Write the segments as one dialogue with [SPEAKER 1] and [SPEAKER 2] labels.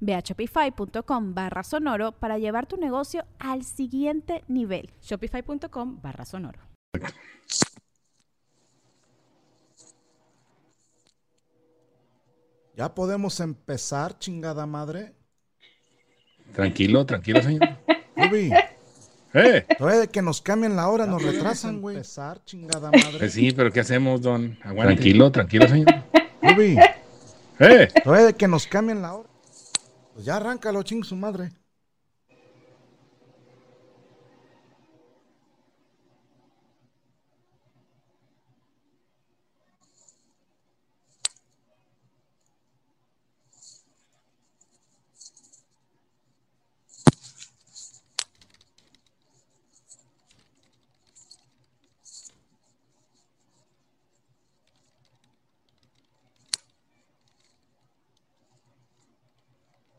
[SPEAKER 1] Ve a shopify.com barra sonoro para llevar tu negocio al siguiente nivel.
[SPEAKER 2] Shopify.com barra sonoro.
[SPEAKER 3] Ya podemos empezar, chingada madre.
[SPEAKER 4] Tranquilo, tranquilo, señor.
[SPEAKER 3] Ruby,
[SPEAKER 4] ¡Eh!
[SPEAKER 3] todavía de que nos cambien la hora, nos retrasan, güey. Empezar, chingada madre.
[SPEAKER 4] Pues sí, pero ¿qué hacemos, don? Aguante. Tranquilo, tranquilo, señor.
[SPEAKER 3] Ruby,
[SPEAKER 4] ¡Eh!
[SPEAKER 3] todavía de que nos cambien la hora. Pues ya arráncalo, ching su madre.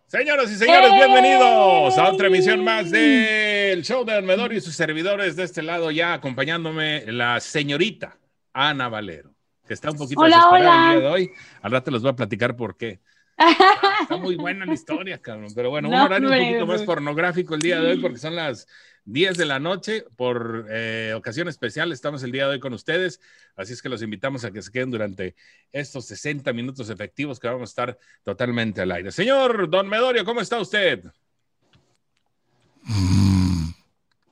[SPEAKER 4] Señoras y señores, bienvenidos a otra emisión más del Show de Almedor y sus servidores de este lado, ya acompañándome la señorita Ana Valero, que está un poquito
[SPEAKER 5] Hola,
[SPEAKER 4] desesperada
[SPEAKER 5] hola.
[SPEAKER 4] el día de hoy. Al rato les voy a platicar por qué. Está muy buena la historia, cabrón. Pero bueno, un
[SPEAKER 5] No,
[SPEAKER 4] horario un
[SPEAKER 5] hombre,
[SPEAKER 4] poquito más
[SPEAKER 5] güey.
[SPEAKER 4] pornográfico el día de hoy porque son las 10 de la noche. Por eh, ocasión especial estamos el día de hoy con ustedes. Así es que los invitamos a que se queden durante estos 60 minutos efectivos que vamos a estar totalmente al aire. Señor Don Medorio, ¿cómo está usted?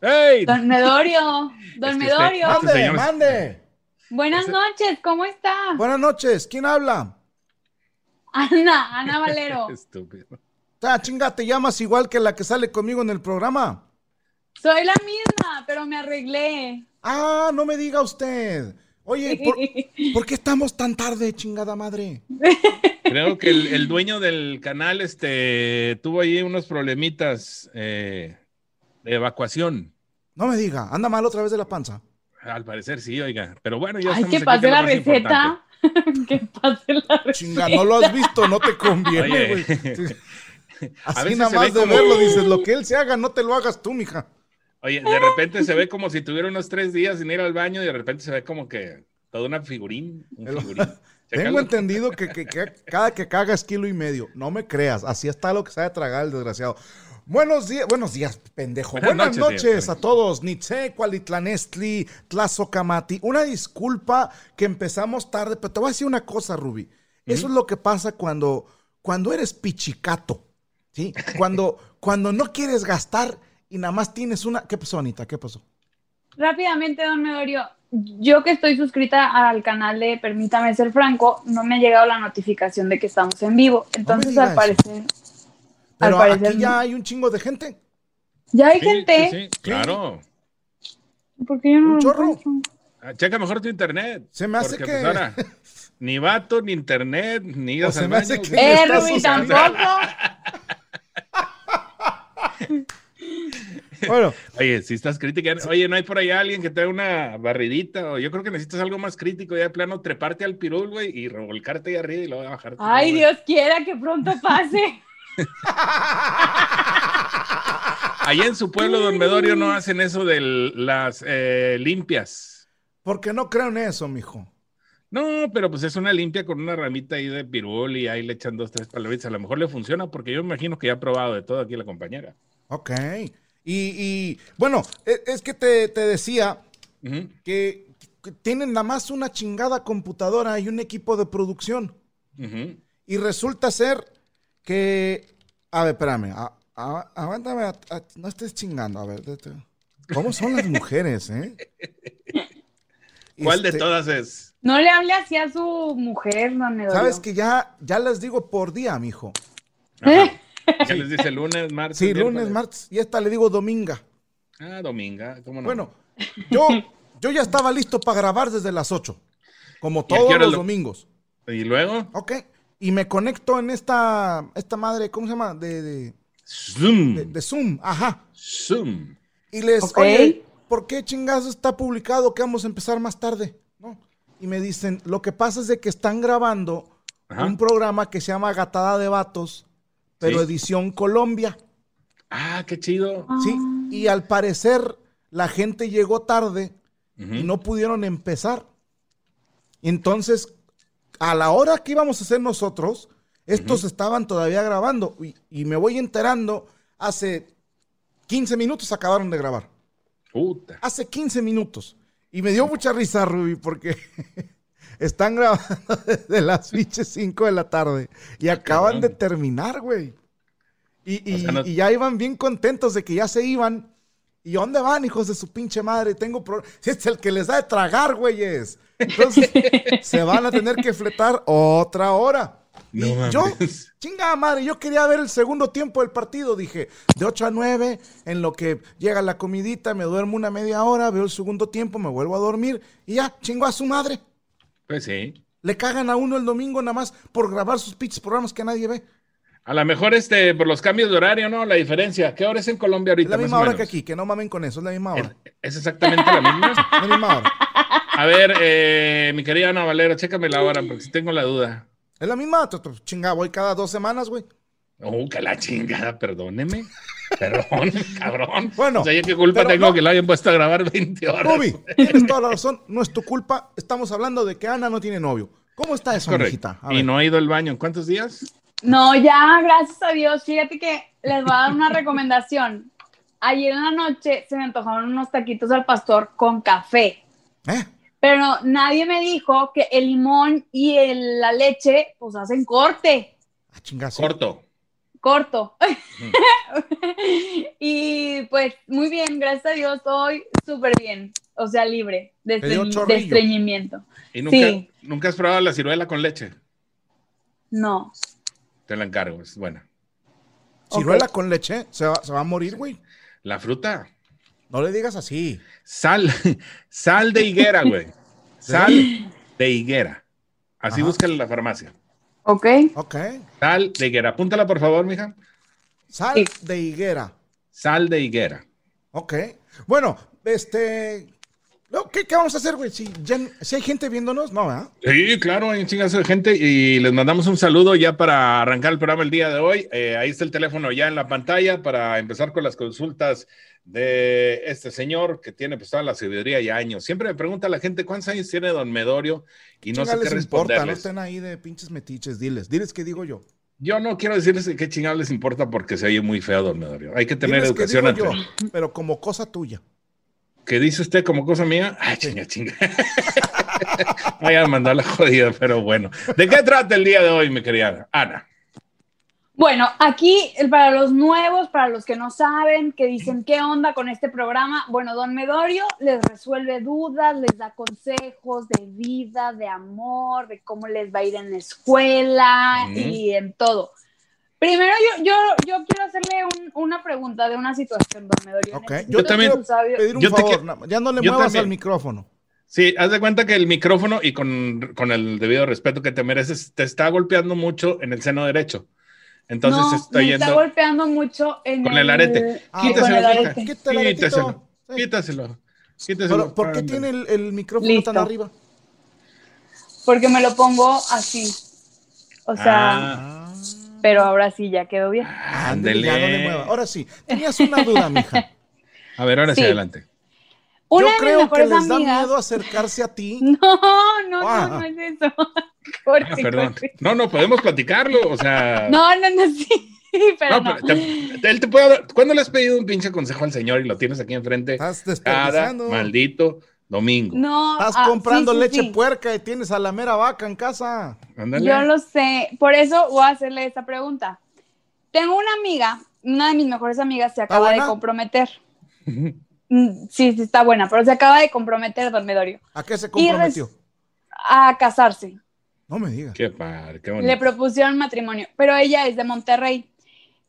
[SPEAKER 4] ¡Hey!
[SPEAKER 5] Don Medorio, Don
[SPEAKER 4] Es que este-
[SPEAKER 5] Medorio,
[SPEAKER 4] Este
[SPEAKER 3] ¡Mande,
[SPEAKER 4] señor-
[SPEAKER 3] mande!
[SPEAKER 5] buenas
[SPEAKER 4] ese-
[SPEAKER 5] noches, ¿cómo está?
[SPEAKER 3] Buenas noches, ¿quién habla?
[SPEAKER 5] Ana, Ana Valero,
[SPEAKER 4] Estúpido.
[SPEAKER 3] Ta chinga, te llamas igual que la que sale conmigo en el programa.
[SPEAKER 5] soy la misma, pero me arreglé.
[SPEAKER 3] Ah, no me diga usted. Oye, ¿por, por qué estamos tan tarde, chingada madre?
[SPEAKER 4] Creo que el, el dueño del canal este, tuvo ahí unos problemitas eh, de evacuación.
[SPEAKER 3] No me diga, anda mal otra vez de la panza.
[SPEAKER 4] Al parecer sí, oiga. Pero bueno, ya
[SPEAKER 5] Ay,
[SPEAKER 4] estamos
[SPEAKER 5] que
[SPEAKER 4] aquí,
[SPEAKER 5] pase
[SPEAKER 4] es lo
[SPEAKER 5] la
[SPEAKER 4] más importante.
[SPEAKER 5] receta. que pase la
[SPEAKER 3] Chinga,
[SPEAKER 5] receta.
[SPEAKER 3] no lo has visto, no te conviene,
[SPEAKER 4] Oye.
[SPEAKER 3] güey. Sí.
[SPEAKER 4] A
[SPEAKER 3] Así
[SPEAKER 4] veces
[SPEAKER 3] nada
[SPEAKER 4] se ve
[SPEAKER 3] más de
[SPEAKER 4] como-
[SPEAKER 3] verlo, dices, lo que él se haga, no te lo hagas tú, mija.
[SPEAKER 4] Oye, de repente se ve como si tuviera unos tres días sin ir al baño y de repente se ve como que toda una figurín. Un
[SPEAKER 3] El-
[SPEAKER 4] figurín.
[SPEAKER 3] Tengo
[SPEAKER 4] Chécalo.
[SPEAKER 3] entendido que, que- que cada que caga es kilo y medio. No me creas, así está lo que se ha de tragar el desgraciado. Buenos días, buenos días, pendejo. Buenas,
[SPEAKER 4] Buenas
[SPEAKER 3] noches,
[SPEAKER 4] noches,
[SPEAKER 3] a
[SPEAKER 4] señor.
[SPEAKER 3] todos. Nietzsche, Cualitlanestli, Tlazocamati. Una disculpa que empezamos tarde, pero te voy a decir una cosa, Ruby. Eso es lo que pasa cuando, cuando eres pichicato, ¿sí? Cuando, cuando no quieres gastar y nada más tienes una... ¿Qué pasó, Anita? ¿Qué pasó?
[SPEAKER 5] Rápidamente, Don Medorio, yo que estoy suscrita al canal de Permítame Ser Franco, no me ha llegado la notificación de que estamos en vivo, entonces
[SPEAKER 3] diga
[SPEAKER 5] al parecer... Al
[SPEAKER 3] Pero aquí
[SPEAKER 5] parecer
[SPEAKER 3] ya
[SPEAKER 5] no.
[SPEAKER 3] hay un chingo de gente.
[SPEAKER 5] Ya hay
[SPEAKER 4] Sí,
[SPEAKER 5] gente,
[SPEAKER 4] sí, sí, claro.
[SPEAKER 5] porque yo no
[SPEAKER 3] Un
[SPEAKER 5] lo
[SPEAKER 3] chorro.
[SPEAKER 5] encuentro?
[SPEAKER 4] Ah, Checa mejor tu internet.
[SPEAKER 3] Se me hace
[SPEAKER 4] porque,
[SPEAKER 3] que-
[SPEAKER 4] pues, ahora, ni vato, ni internet, ni idas
[SPEAKER 3] se
[SPEAKER 4] al
[SPEAKER 3] me hace
[SPEAKER 4] baño.
[SPEAKER 3] que-
[SPEAKER 4] ¿qué
[SPEAKER 5] Eh,
[SPEAKER 4] estás
[SPEAKER 5] Rubí,
[SPEAKER 4] usando?
[SPEAKER 5] tampoco.
[SPEAKER 3] Bueno,
[SPEAKER 4] Oye, si estás crítica, oye, no hay por ahí alguien que te dé una barridita, o yo creo que necesitas algo más crítico, ya de plano, treparte al pirul, güey, y revolcarte ahí arriba y luego bajarte.
[SPEAKER 5] Ay,
[SPEAKER 4] güey.
[SPEAKER 5] Dios quiera que pronto pase.
[SPEAKER 4] Allá en su pueblo, Don Medorio, no hacen eso de las eh, limpias.
[SPEAKER 3] porque no creo en eso, mijo.
[SPEAKER 4] No, pero pues es una limpia con una ramita ahí de pirul y ahí le echan dos, tres palabritas. A lo mejor le funciona porque yo me imagino que ya ha probado de todo aquí la compañera.
[SPEAKER 3] Ok. Y, y, bueno, e- es que te, te decía
[SPEAKER 4] Ujú.
[SPEAKER 3] que, que tienen nada más una chingada computadora y un equipo de producción.
[SPEAKER 4] Ujú.
[SPEAKER 3] Y resulta ser que. A ver, espérame. a- a- aguántame. a- a- este, no estés chingando. A ver. de- de- ¿Cómo son las mujeres, eh?
[SPEAKER 4] ¿Cuál de
[SPEAKER 3] Este,
[SPEAKER 4] todas es?
[SPEAKER 5] No le hable así a su mujer, don Medorio.
[SPEAKER 3] Sabes que ya, ya les digo por día, mijo.
[SPEAKER 4] Ajá. ¿Qué les dice lunes, martes?
[SPEAKER 3] Sí,
[SPEAKER 4] miércoles?
[SPEAKER 3] lunes, martes, y esta le digo dominga.
[SPEAKER 4] Ah, dominga, ¿cómo no?
[SPEAKER 3] Bueno, yo, yo ya estaba listo para grabar desde las 8, como
[SPEAKER 4] qué
[SPEAKER 3] todos
[SPEAKER 4] hora
[SPEAKER 3] los
[SPEAKER 4] lo-
[SPEAKER 3] domingos.
[SPEAKER 4] ¿Y luego?
[SPEAKER 3] Ok, y me conecto en esta, esta madre, ¿cómo se llama? De, de,
[SPEAKER 4] Zoom.
[SPEAKER 3] de- de Zoom, ajá.
[SPEAKER 4] Zoom.
[SPEAKER 3] Y les,
[SPEAKER 5] Ok.
[SPEAKER 3] oye, ¿por qué chingazo está publicado que vamos a empezar más tarde? ¿No? Y me dicen, lo que pasa es de que están grabando
[SPEAKER 4] Ajá.
[SPEAKER 3] un programa que se llama Gatada de Vatos, pero
[SPEAKER 4] Sí.
[SPEAKER 3] edición Colombia.
[SPEAKER 4] Ah, qué chido.
[SPEAKER 3] Sí, y al parecer la gente llegó tarde
[SPEAKER 4] Ujú.
[SPEAKER 3] y no pudieron empezar. Entonces, a la hora que íbamos a hacer nosotros, estos estaban todavía grabando y, y me voy enterando, hace 15 minutos acabaron de grabar.
[SPEAKER 4] Puta.
[SPEAKER 3] Hace 15 minutos. Y me dio mucha risa, Ruby, porque están grabando desde las fiches 5 de la tarde y acaban de
[SPEAKER 4] Ah, cabrón.
[SPEAKER 3] terminar, güey. Y, y-
[SPEAKER 4] O sea, no-
[SPEAKER 3] y ya iban bien contentos de que ya se iban. ¿Y dónde van, hijos de su pinche madre? Tengo pro- Si es el que les da de tragar, güeyes. Entonces, se van a tener que fletar otra hora.
[SPEAKER 4] No
[SPEAKER 3] y
[SPEAKER 4] mames.
[SPEAKER 3] yo, chingada madre, yo quería ver el segundo tiempo del partido. Dije, de 8 a 9, en lo que llega la comidita, me duermo una media hora, veo el segundo tiempo, me vuelvo a dormir y ya, chingo a su madre.
[SPEAKER 4] Pues sí.
[SPEAKER 3] Le cagan a uno el domingo nada más por grabar sus pinches programas que nadie ve.
[SPEAKER 4] A lo mejor este, por los cambios de horario, ¿no? La diferencia. ¿Qué hora es en Colombia
[SPEAKER 3] Es
[SPEAKER 4] ahorita?
[SPEAKER 3] la
[SPEAKER 4] más
[SPEAKER 3] misma
[SPEAKER 4] o
[SPEAKER 3] hora
[SPEAKER 4] menos?
[SPEAKER 3] que aquí, que no mamen con eso, es la misma
[SPEAKER 4] Es,
[SPEAKER 3] hora.
[SPEAKER 4] es exactamente la misma.
[SPEAKER 3] La misma hora.
[SPEAKER 4] A ver, eh, mi querida Ana Valero, chécame la hora, porque si tengo la duda.
[SPEAKER 3] Es la misma, tu- tu- chinga, voy cada dos semanas, güey.
[SPEAKER 4] Oh, que la chingada, perdóneme. Perdón, cabrón.
[SPEAKER 3] Bueno,
[SPEAKER 4] o sea, ¿yo qué culpa
[SPEAKER 3] pero
[SPEAKER 4] tengo
[SPEAKER 3] no.
[SPEAKER 4] que la hayan puesto a grabar 20 horas?
[SPEAKER 3] Ruby, tienes toda la razón, no es tu culpa. Estamos hablando de que Ana no tiene novio. ¿Cómo está eso,
[SPEAKER 4] Correcto.
[SPEAKER 3] mijita? A
[SPEAKER 4] Y
[SPEAKER 3] ver.
[SPEAKER 4] no ha ido al baño. ¿En cuántos días?
[SPEAKER 5] No, ya, gracias a Dios. Fíjate que les voy a dar una recomendación. Ayer en la noche se me antojaron unos taquitos al pastor con café,
[SPEAKER 3] ¿Eh?
[SPEAKER 5] pero nadie me dijo que el limón y el- la leche pues hacen corte,
[SPEAKER 3] Ah, chinga, sí.
[SPEAKER 4] Corto.
[SPEAKER 5] corto.
[SPEAKER 3] Mm.
[SPEAKER 5] y pues muy bien, gracias a Dios, hoy súper bien, o sea, libre de,
[SPEAKER 3] Te dio
[SPEAKER 5] estreñ- de
[SPEAKER 3] chorrillo.
[SPEAKER 5] estreñimiento.
[SPEAKER 4] ¿Y nunca,
[SPEAKER 5] Sí.
[SPEAKER 4] nunca has probado la ciruela con leche?
[SPEAKER 5] No.
[SPEAKER 4] Te la encargo, es buena.
[SPEAKER 3] Ciruela con leche, se va, se va a morir, güey.
[SPEAKER 4] La fruta,
[SPEAKER 3] No le digas así.
[SPEAKER 4] sal, sal de higuera, güey. Sal de higuera. Así
[SPEAKER 3] Ajá.
[SPEAKER 4] búscala en la farmacia.
[SPEAKER 5] Ok.
[SPEAKER 3] Ok.
[SPEAKER 4] Sal de higuera. Apúntala, por favor, mija.
[SPEAKER 3] Sal
[SPEAKER 5] Sí.
[SPEAKER 3] de higuera.
[SPEAKER 4] Sal de higuera.
[SPEAKER 3] Ok. Bueno, este. no, ¿Qué, qué vamos a hacer, güey? Si, ya- si hay gente viéndonos, no, ¿verdad?
[SPEAKER 4] Sí, claro, hay un chingazo de gente y les mandamos un saludo ya para arrancar el programa el día de hoy. Eh, ahí está el teléfono ya en la pantalla para empezar con las consultas de este señor que tiene pues toda la sabiduría y años. Siempre me pregunta la gente cuántos años tiene don Medorio y no
[SPEAKER 3] Chinga,
[SPEAKER 4] sé qué
[SPEAKER 3] les importa, no
[SPEAKER 4] responderles.
[SPEAKER 3] estén ahí de pinches metiches, diles. Diles que digo yo.
[SPEAKER 4] Yo no quiero decirles qué chingados les importa porque se oye muy feo, don Medorio. Hay que tener
[SPEAKER 3] diles
[SPEAKER 4] educación
[SPEAKER 3] que
[SPEAKER 4] ante.
[SPEAKER 3] digo yo, pero como cosa tuya.
[SPEAKER 4] ¿Qué dice usted como cosa mía? Ah, chinga, chinga. Vaya a mandar la jodida, pero bueno. ¿De qué trata el día de hoy, mi querida Ana?
[SPEAKER 5] Bueno, aquí el- para los nuevos, para los que no saben, que dicen qué onda con este programa, bueno, Don Medorio les resuelve dudas, les da consejos de vida, de amor, de cómo les va a ir en la escuela
[SPEAKER 4] Ujú.
[SPEAKER 5] y en todo. Primero yo, yo, yo quiero hacerle un- una pregunta de una situación, Don Medorio.
[SPEAKER 3] Ok,
[SPEAKER 5] Necesito
[SPEAKER 4] yo también-
[SPEAKER 5] su sabio-
[SPEAKER 3] Pedir un
[SPEAKER 4] Yo te
[SPEAKER 3] favor,
[SPEAKER 4] quiero-
[SPEAKER 3] na- ya no le
[SPEAKER 4] yo
[SPEAKER 3] muevas al
[SPEAKER 4] también.
[SPEAKER 3] micrófono.
[SPEAKER 4] Sí, haz de cuenta que el micrófono y con, con el debido respeto que te mereces, te está golpeando mucho en el seno derecho. Entonces
[SPEAKER 5] No,
[SPEAKER 4] está
[SPEAKER 5] me está
[SPEAKER 4] yendo.
[SPEAKER 5] golpeando mucho en
[SPEAKER 4] Con el arete.
[SPEAKER 5] Ah, con
[SPEAKER 4] Quítaselo,
[SPEAKER 5] el
[SPEAKER 4] mija.
[SPEAKER 5] arete.
[SPEAKER 3] Quítale, aretito.
[SPEAKER 4] Quítaselo.
[SPEAKER 3] Sí.
[SPEAKER 4] Quítaselo. Quítaselo.
[SPEAKER 3] Pero, ¿Por qué
[SPEAKER 4] Ándale.
[SPEAKER 3] tiene el, el micrófono
[SPEAKER 5] Listo.
[SPEAKER 3] tan arriba?
[SPEAKER 5] Porque me lo pongo así. O sea,
[SPEAKER 4] Ah,
[SPEAKER 3] Ah,
[SPEAKER 5] pero ahora sí ya quedó bien.
[SPEAKER 3] ándale, ya no le
[SPEAKER 4] ándele.
[SPEAKER 3] mueva. Ahora sí, tenías una duda, mija.
[SPEAKER 4] A ver, ahora sí,
[SPEAKER 5] Sí.
[SPEAKER 4] adelante.
[SPEAKER 5] Una
[SPEAKER 3] Yo
[SPEAKER 5] de mis
[SPEAKER 3] creo que
[SPEAKER 5] mejores
[SPEAKER 3] les da
[SPEAKER 5] amigas.
[SPEAKER 3] miedo acercarse a ti.
[SPEAKER 5] No, no,
[SPEAKER 3] Ah.
[SPEAKER 5] no, no es eso. Corte,
[SPEAKER 4] Ah, perdón.
[SPEAKER 5] corte.
[SPEAKER 4] No, no, podemos platicarlo. O sea.
[SPEAKER 5] No, no, no, sí, pero
[SPEAKER 4] No,
[SPEAKER 5] no.
[SPEAKER 4] pero te- él te puede dar- ¿Cuándo le has pedido un pinche consejo al señor y lo tienes aquí enfrente?
[SPEAKER 3] Estás
[SPEAKER 4] Cada
[SPEAKER 3] desperdiciando.
[SPEAKER 4] maldito domingo.
[SPEAKER 5] No,
[SPEAKER 3] Estás
[SPEAKER 5] ah, sí,
[SPEAKER 3] comprando
[SPEAKER 5] sí,
[SPEAKER 3] leche
[SPEAKER 5] sí.
[SPEAKER 3] puerca y tienes a la mera vaca en casa.
[SPEAKER 4] Ándale.
[SPEAKER 5] Yo lo sé. Por eso voy a hacerle esta pregunta. Tengo una amiga, una de mis mejores amigas se acaba de
[SPEAKER 3] buena?
[SPEAKER 5] comprometer. mm, sí, sí está buena, pero se acaba de comprometer Don Medorio
[SPEAKER 3] ¿A qué se comprometió?
[SPEAKER 5] a casarse.
[SPEAKER 3] No me digas.
[SPEAKER 4] Qué padre, qué bonito.
[SPEAKER 5] Le propusieron matrimonio, pero ella es de Monterrey.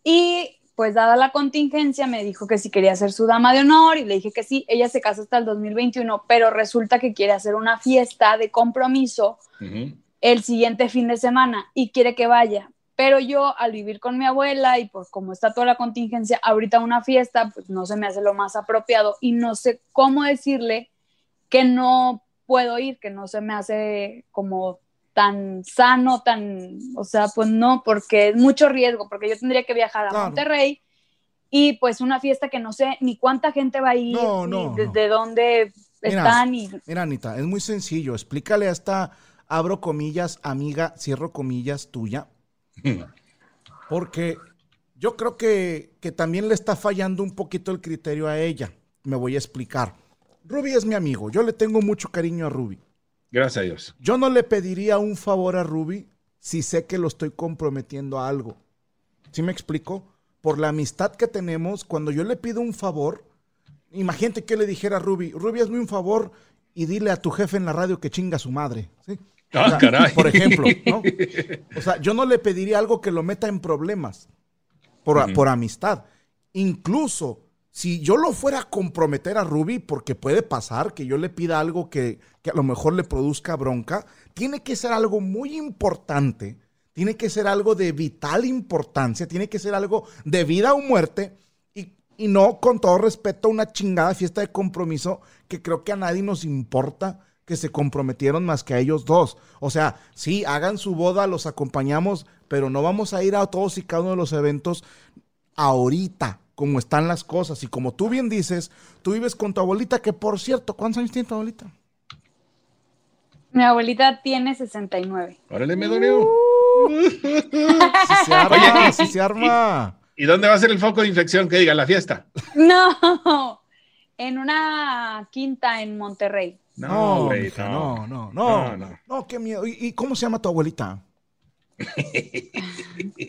[SPEAKER 5] Y pues dada la contingencia me dijo que si quería ser su dama de honor y le dije que sí, ella se casa hasta el 2021, pero resulta que quiere hacer una fiesta de compromiso
[SPEAKER 4] Ujú.
[SPEAKER 5] el siguiente fin de semana y quiere que vaya. Pero yo al vivir con mi abuela y por cómo está toda la contingencia, ahorita una fiesta, pues no se me hace lo más apropiado y no sé cómo decirle que no puedo ir, que no se me hace como tan sano, tan, o sea, pues no, porque es mucho riesgo, porque yo tendría que viajar a
[SPEAKER 3] Claro.
[SPEAKER 5] Monterrey y pues una fiesta que no sé ni cuánta gente va a ir,
[SPEAKER 3] No,
[SPEAKER 5] ni
[SPEAKER 3] no,
[SPEAKER 5] desde dónde
[SPEAKER 3] Mira,
[SPEAKER 5] están y
[SPEAKER 3] Mira, Anita, es muy sencillo. Explícale a esta, abro comillas, amiga, cierro comillas tuya, porque yo creo que, que también le está fallando un poquito el criterio a ella. Me voy a explicar. Ruby es mi amigo. Yo le tengo mucho cariño a Ruby.
[SPEAKER 4] Gracias a Dios.
[SPEAKER 3] Yo no le pediría un favor a Ruby si sé que lo estoy comprometiendo a algo. ¿Sí me explico? Por la amistad que tenemos, cuando yo le pido un favor, imagínate que yo le dijera a Ruby, Ruby, hazme un favor y dile a tu jefe en la radio que chinga a su madre. ¿sí?
[SPEAKER 4] Ah,
[SPEAKER 3] O sea,
[SPEAKER 4] caray.
[SPEAKER 3] Por ejemplo, ¿no? O sea, yo no le pediría algo que lo meta en problemas por,
[SPEAKER 4] Ujú.
[SPEAKER 3] por amistad. Incluso si yo lo fuera a comprometer a Ruby, porque puede pasar que yo le pida algo que, que a lo mejor le produzca bronca, tiene que ser algo muy importante, tiene que ser algo de vital importancia, tiene que ser algo de vida o muerte. Y, y no, con todo respeto, una chingada fiesta de compromiso que creo que a nadie nos importa que se comprometieron más que a ellos dos. O sea, sí, hagan su boda, los acompañamos, pero no vamos a ir a todos y cada uno de los eventos ahorita, como están las cosas. Y como tú bien dices, tú vives con tu abuelita, que por cierto, ¿cuántos años tiene tu abuelita?
[SPEAKER 5] mi abuelita tiene 69.
[SPEAKER 4] Órale, me dolió.
[SPEAKER 5] Uh.
[SPEAKER 3] Si se arma, si se arma.
[SPEAKER 4] ¿Y dónde va a ser el foco de infección? Que diga la fiesta.
[SPEAKER 5] No, en una quinta en Monterrey.
[SPEAKER 3] No,
[SPEAKER 4] güey,
[SPEAKER 3] mija, no, no, no,
[SPEAKER 4] No,
[SPEAKER 3] no,
[SPEAKER 4] no.
[SPEAKER 3] qué miedo. ¿Y, y cómo se llama tu abuelita?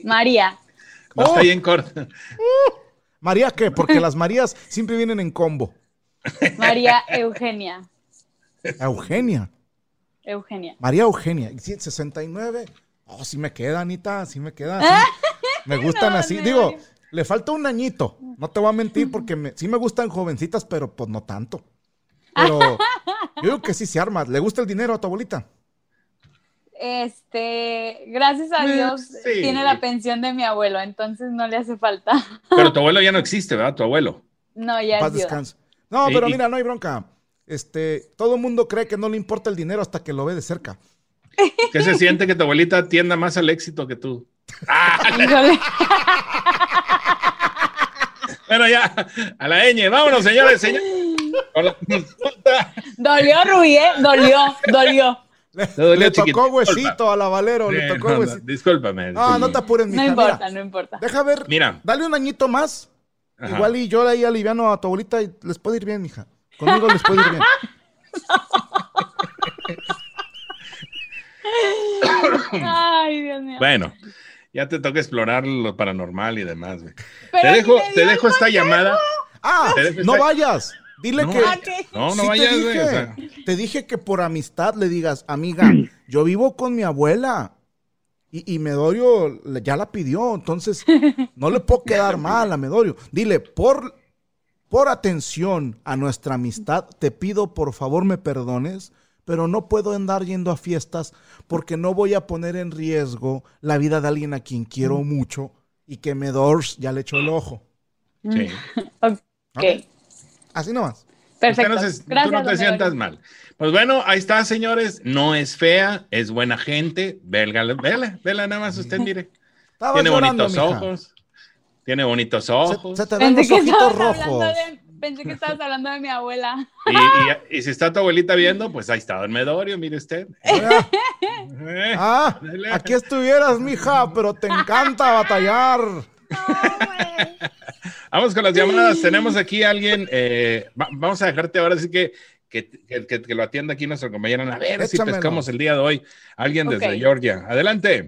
[SPEAKER 5] María,
[SPEAKER 4] No
[SPEAKER 3] Oh.
[SPEAKER 4] está ahí en corto.
[SPEAKER 3] María, ¿qué? Porque las Marías siempre vienen en combo.
[SPEAKER 5] María Eugenia,
[SPEAKER 3] Eugenia.
[SPEAKER 5] Eugenia.
[SPEAKER 3] María Eugenia, sí, 69. Oh, sí me queda, Anita, sí me queda. sí. Me gustan
[SPEAKER 5] No,
[SPEAKER 3] así.
[SPEAKER 5] no.
[SPEAKER 3] Digo, le falta un añito. No te voy a mentir porque me- sí me gustan jovencitas, pero pues no tanto. Pero yo digo que sí se arma. ¿Le gusta el dinero a tu abuelita?
[SPEAKER 5] Este, gracias a
[SPEAKER 4] Eh,
[SPEAKER 5] Dios
[SPEAKER 4] sí.
[SPEAKER 5] tiene la pensión de mi abuelo, entonces no le hace falta.
[SPEAKER 4] Pero tu abuelo ya no existe, ¿verdad? Tu abuelo.
[SPEAKER 5] No, ya
[SPEAKER 3] Paz
[SPEAKER 5] es viuda.
[SPEAKER 3] descanse. No,
[SPEAKER 4] Y-
[SPEAKER 3] pero
[SPEAKER 4] y-
[SPEAKER 3] mira, no hay bronca. Este, todo el mundo cree que no le importa el dinero hasta que lo ve de cerca.
[SPEAKER 4] ¿Qué se siente que tu abuelita atienda más al éxito que tú?
[SPEAKER 5] Híjole.
[SPEAKER 4] Bueno, ya, a la ñ. Vámonos, señores, señores. Con la consulta.
[SPEAKER 5] Dolió, Rubí, ¿eh? Dolió, dolió.
[SPEAKER 3] Le,
[SPEAKER 4] dolió,
[SPEAKER 3] le tocó
[SPEAKER 4] chiquito.
[SPEAKER 3] huesito a la Valero, le
[SPEAKER 4] Eh,
[SPEAKER 3] tocó
[SPEAKER 4] no, no,
[SPEAKER 3] huesito.
[SPEAKER 4] discúlpame.
[SPEAKER 3] No, no te
[SPEAKER 4] discúlpame.
[SPEAKER 3] apures, mija.
[SPEAKER 5] No
[SPEAKER 3] mira.
[SPEAKER 5] importa, no importa.
[SPEAKER 3] Deja ver.
[SPEAKER 4] Mira.
[SPEAKER 3] Dale un añito más.
[SPEAKER 4] Ajá.
[SPEAKER 3] Igual y yo ahí aliviano a tu abuelita y les puede ir bien, mija. Conmigo les puede ir bien.
[SPEAKER 5] Ay, Dios mío.
[SPEAKER 4] Bueno, ya te toca explorar lo paranormal y demás, güey.
[SPEAKER 5] Pero
[SPEAKER 4] Te
[SPEAKER 5] ni
[SPEAKER 4] dejo,
[SPEAKER 5] me dio
[SPEAKER 4] te
[SPEAKER 5] el
[SPEAKER 4] dejo esta llamada.
[SPEAKER 3] Ah,
[SPEAKER 4] Te dejo
[SPEAKER 3] no
[SPEAKER 4] estar-
[SPEAKER 3] vayas. Dile
[SPEAKER 4] No,
[SPEAKER 3] que.
[SPEAKER 4] no, no
[SPEAKER 3] Sí
[SPEAKER 4] vayas,
[SPEAKER 3] te,
[SPEAKER 4] güey.
[SPEAKER 3] dije,
[SPEAKER 4] o sea,
[SPEAKER 3] te dije que por amistad le digas, amiga, yo vivo con mi abuela. Y, y Medorio le- ya la pidió, entonces no le puedo quedar mal a Medorio. Dile, por, por atención a nuestra amistad, te pido por favor me perdones, pero no puedo andar yendo a fiestas porque no voy a poner en riesgo la vida de alguien a quien quiero mucho y que Medors ya le echó el ojo.
[SPEAKER 5] Mm,
[SPEAKER 4] sí.
[SPEAKER 5] Ok,
[SPEAKER 3] Así nomás.
[SPEAKER 5] perfecto.
[SPEAKER 4] Usted no se-
[SPEAKER 5] Gracias,
[SPEAKER 4] tú no
[SPEAKER 5] don
[SPEAKER 4] te sientas
[SPEAKER 5] Gregorio.
[SPEAKER 4] mal. Pues bueno, ahí está, señores. No es fea, es buena gente. Vela, vela, vela nada más usted, mire.
[SPEAKER 3] Estaba
[SPEAKER 4] Tiene
[SPEAKER 3] llorando,
[SPEAKER 4] bonitos
[SPEAKER 3] mija.
[SPEAKER 4] ojos. Tiene bonitos
[SPEAKER 3] Se,
[SPEAKER 4] ojos.
[SPEAKER 3] se te ven
[SPEAKER 5] Pensé
[SPEAKER 3] los
[SPEAKER 5] que,
[SPEAKER 3] ojitos
[SPEAKER 5] estabas
[SPEAKER 3] rojos.
[SPEAKER 5] hablando de, pensé que estabas hablando de mi abuela.
[SPEAKER 4] Y, y- y si está tu abuelita viendo, pues ahí está Don Medorio, mire usted.
[SPEAKER 3] Mira.
[SPEAKER 4] Eh,
[SPEAKER 3] Ah,
[SPEAKER 4] Dale.
[SPEAKER 3] aquí estuvieras, mija, pero te encanta batallar.
[SPEAKER 4] Vamos con las llamadas. Tenemos aquí a alguien. eh, va- vamos a dejarte ahora, así que que, que- que- que lo atienda aquí nuestro compañero. A ver si
[SPEAKER 3] Échamelo.
[SPEAKER 4] pescamos el día de hoy. Alguien
[SPEAKER 5] Ok.
[SPEAKER 4] desde Georgia. Adelante.